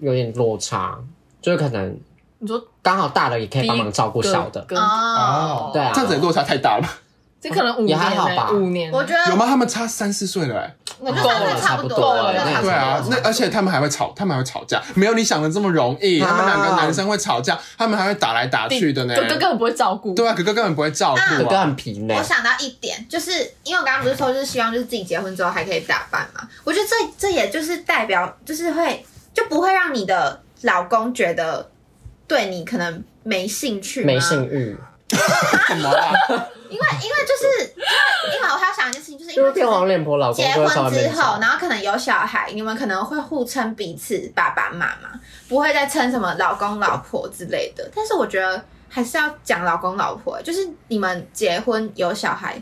Speaker 1: 有点落差，就是可能
Speaker 3: 你说
Speaker 1: 刚好大的也可以帮忙照顾小的，
Speaker 3: 哥哥
Speaker 4: 哦
Speaker 2: 哦，
Speaker 1: 对啊
Speaker 2: 这样子落差太大了吧？
Speaker 1: [LAUGHS]
Speaker 3: 这可能五
Speaker 1: 也
Speaker 3: 年
Speaker 1: 还好吧
Speaker 3: 欸，五年欸，
Speaker 4: 我觉得
Speaker 2: 有吗？他们差三四岁了、欸，
Speaker 3: 那
Speaker 4: 那
Speaker 3: 够
Speaker 4: 差不多，差不
Speaker 3: 了
Speaker 4: 多
Speaker 3: 了那也
Speaker 1: 差不
Speaker 2: 对
Speaker 1: 多
Speaker 2: 啊，那而且他们还会吵，他们还会吵架，没有你想的这么容易。
Speaker 1: 啊
Speaker 2: 他们两个男生会吵架，他们还会打来打去的呢。
Speaker 3: 哥哥根本不会照顾，
Speaker 2: 对啊，哥哥根本不会照
Speaker 1: 哥
Speaker 2: 顾
Speaker 1: 哥
Speaker 2: 啊。
Speaker 1: 很皮呢
Speaker 4: 我。想到一点，就是因为我刚刚不是说，就是希望就是自己结婚之后还可以打扮嘛。我觉得这这也就是代表，就是会就不会让你的老公觉得对你可能没兴趣吗，
Speaker 1: 没性欲，
Speaker 2: 什么啊？
Speaker 4: 因为因为就是因为因为我还要想一件事情，就是因
Speaker 1: 就
Speaker 4: 为
Speaker 1: 是变黄脸婆老公
Speaker 4: 结
Speaker 1: 就会稍微
Speaker 4: 婚之
Speaker 1: 变
Speaker 4: 后，
Speaker 1: 少
Speaker 4: 然后可能有小孩，你们可能会互称彼此爸爸妈妈，不会再称什么老公老婆之类的。但是我觉得还是要讲老公老婆，就是你们结婚有小孩，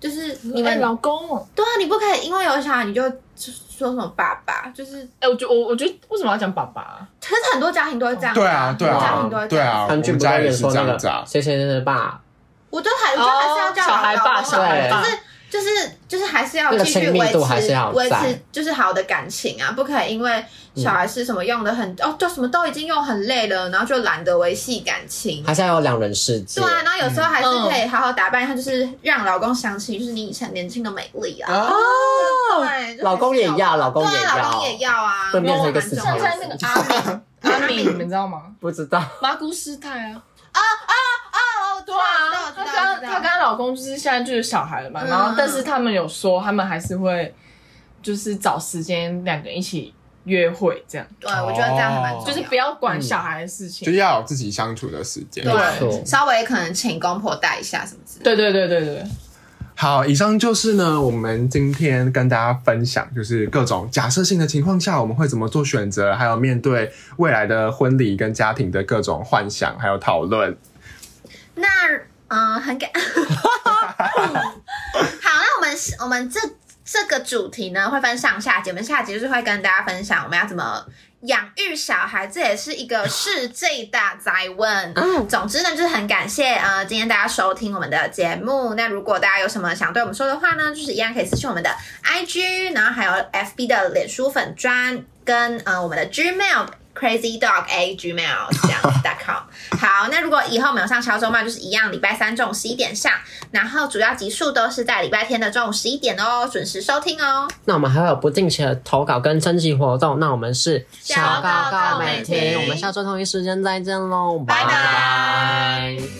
Speaker 4: 就是你
Speaker 3: 你
Speaker 4: 们
Speaker 3: 们老公哦，
Speaker 4: 对啊，你不可以因为有小孩你就说什么爸爸，就是
Speaker 3: 哎，我觉我我觉得为什么要讲爸爸啊？
Speaker 4: 可是很多家庭都会这样、
Speaker 2: 对啊，对
Speaker 4: 很多家
Speaker 2: 啊
Speaker 4: 庭都会，这
Speaker 2: 对
Speaker 4: 样。
Speaker 2: 啊，我
Speaker 1: 韩剧
Speaker 2: 们
Speaker 1: 不是
Speaker 2: 家
Speaker 1: 有
Speaker 2: 也
Speaker 1: 人
Speaker 2: 是
Speaker 1: 说
Speaker 2: 这
Speaker 1: 那
Speaker 2: 样子
Speaker 1: 个
Speaker 2: 啊。
Speaker 1: 谁谁谁的爸，
Speaker 4: 我都还，我觉得还是
Speaker 1: 哦
Speaker 4: 要叫
Speaker 3: 小孩
Speaker 4: 老
Speaker 3: 爸，
Speaker 4: 公
Speaker 3: 小孩爸
Speaker 1: 对，啊
Speaker 4: 就是就是还是要
Speaker 1: 那个
Speaker 4: 继续
Speaker 1: 亲密
Speaker 4: 维
Speaker 1: 度还是
Speaker 4: 持
Speaker 1: 要
Speaker 4: 维
Speaker 1: 在
Speaker 4: 持就是好的感情啊，不可以因为小孩是什么用的很、哦，就什么都已经用很累了，然后就懒得维系感情。
Speaker 1: 还是要有两人世界
Speaker 4: 对。啊，然后有时候还是可以好好打扮一下，就是让老公想起就是你以前年轻的美丽啊。
Speaker 2: 啊，
Speaker 4: 对，就还是
Speaker 1: 嗯老公也要老公也
Speaker 4: 对啊老公
Speaker 1: 要
Speaker 4: 也要啊，
Speaker 1: 会变成一个
Speaker 4: 蛮
Speaker 1: 死
Speaker 4: 重
Speaker 1: 胖
Speaker 4: 要
Speaker 3: 像
Speaker 1: 子
Speaker 4: 的
Speaker 3: 现在那个阿敏， [LAUGHS] 阿敏，你们知道吗？
Speaker 1: 不知道，
Speaker 3: 麻姑师太啊，
Speaker 4: 哦，对
Speaker 3: 对啊
Speaker 4: 啊，，
Speaker 3: 她跟她跟她老公就是现在就有小孩了嘛，
Speaker 4: 嗯
Speaker 3: 然后但是他们有说他们还是会就是找时间两个人一起约会这样，
Speaker 4: 对，我觉得这样还蛮重
Speaker 2: 哦
Speaker 4: 要
Speaker 3: 就是不要管小孩的事
Speaker 2: 就
Speaker 3: 情。
Speaker 2: 要有自己相处的时间。
Speaker 1: 没
Speaker 3: 对
Speaker 1: 错。
Speaker 4: 稍微可能请公婆带一下什么之类的。
Speaker 3: 对对对对对，
Speaker 2: 好，以上就是呢，我们今天跟大家分享，就是各种假设性的情况下，我们会怎么做选择，还有面对未来的婚礼跟家庭的各种幻想，还有讨论。
Speaker 4: 那嗯、很感 [LAUGHS] 好，那我们是我们这这个主题呢会分上下集，我们下集就是会跟大家分享我们要怎么。养育小孩，这也是一个世界大灾问。嗯，总之呢，就是很感谢呃，今天大家收听我们的节目。那如果大家有什么想对我们说的话呢，就是一样可以私信我们的 IG，然后还有 FB 的脸书粉砖跟呃我们的 Gmail Crazy Dog A Gmail 这样 .com。好，那如果以后我们有上潮州嘛，就是一样，礼拜三中午十一点上，然后主要集数都是在礼拜天的中午十一点哦，准时收听哦。
Speaker 1: 那我们还会有不定期的投稿跟征集活动，那我们是
Speaker 4: 小
Speaker 3: 告告美
Speaker 1: 婷
Speaker 3: 婷
Speaker 1: 我们下周同一时间再见喽，
Speaker 4: 拜拜
Speaker 1: 拜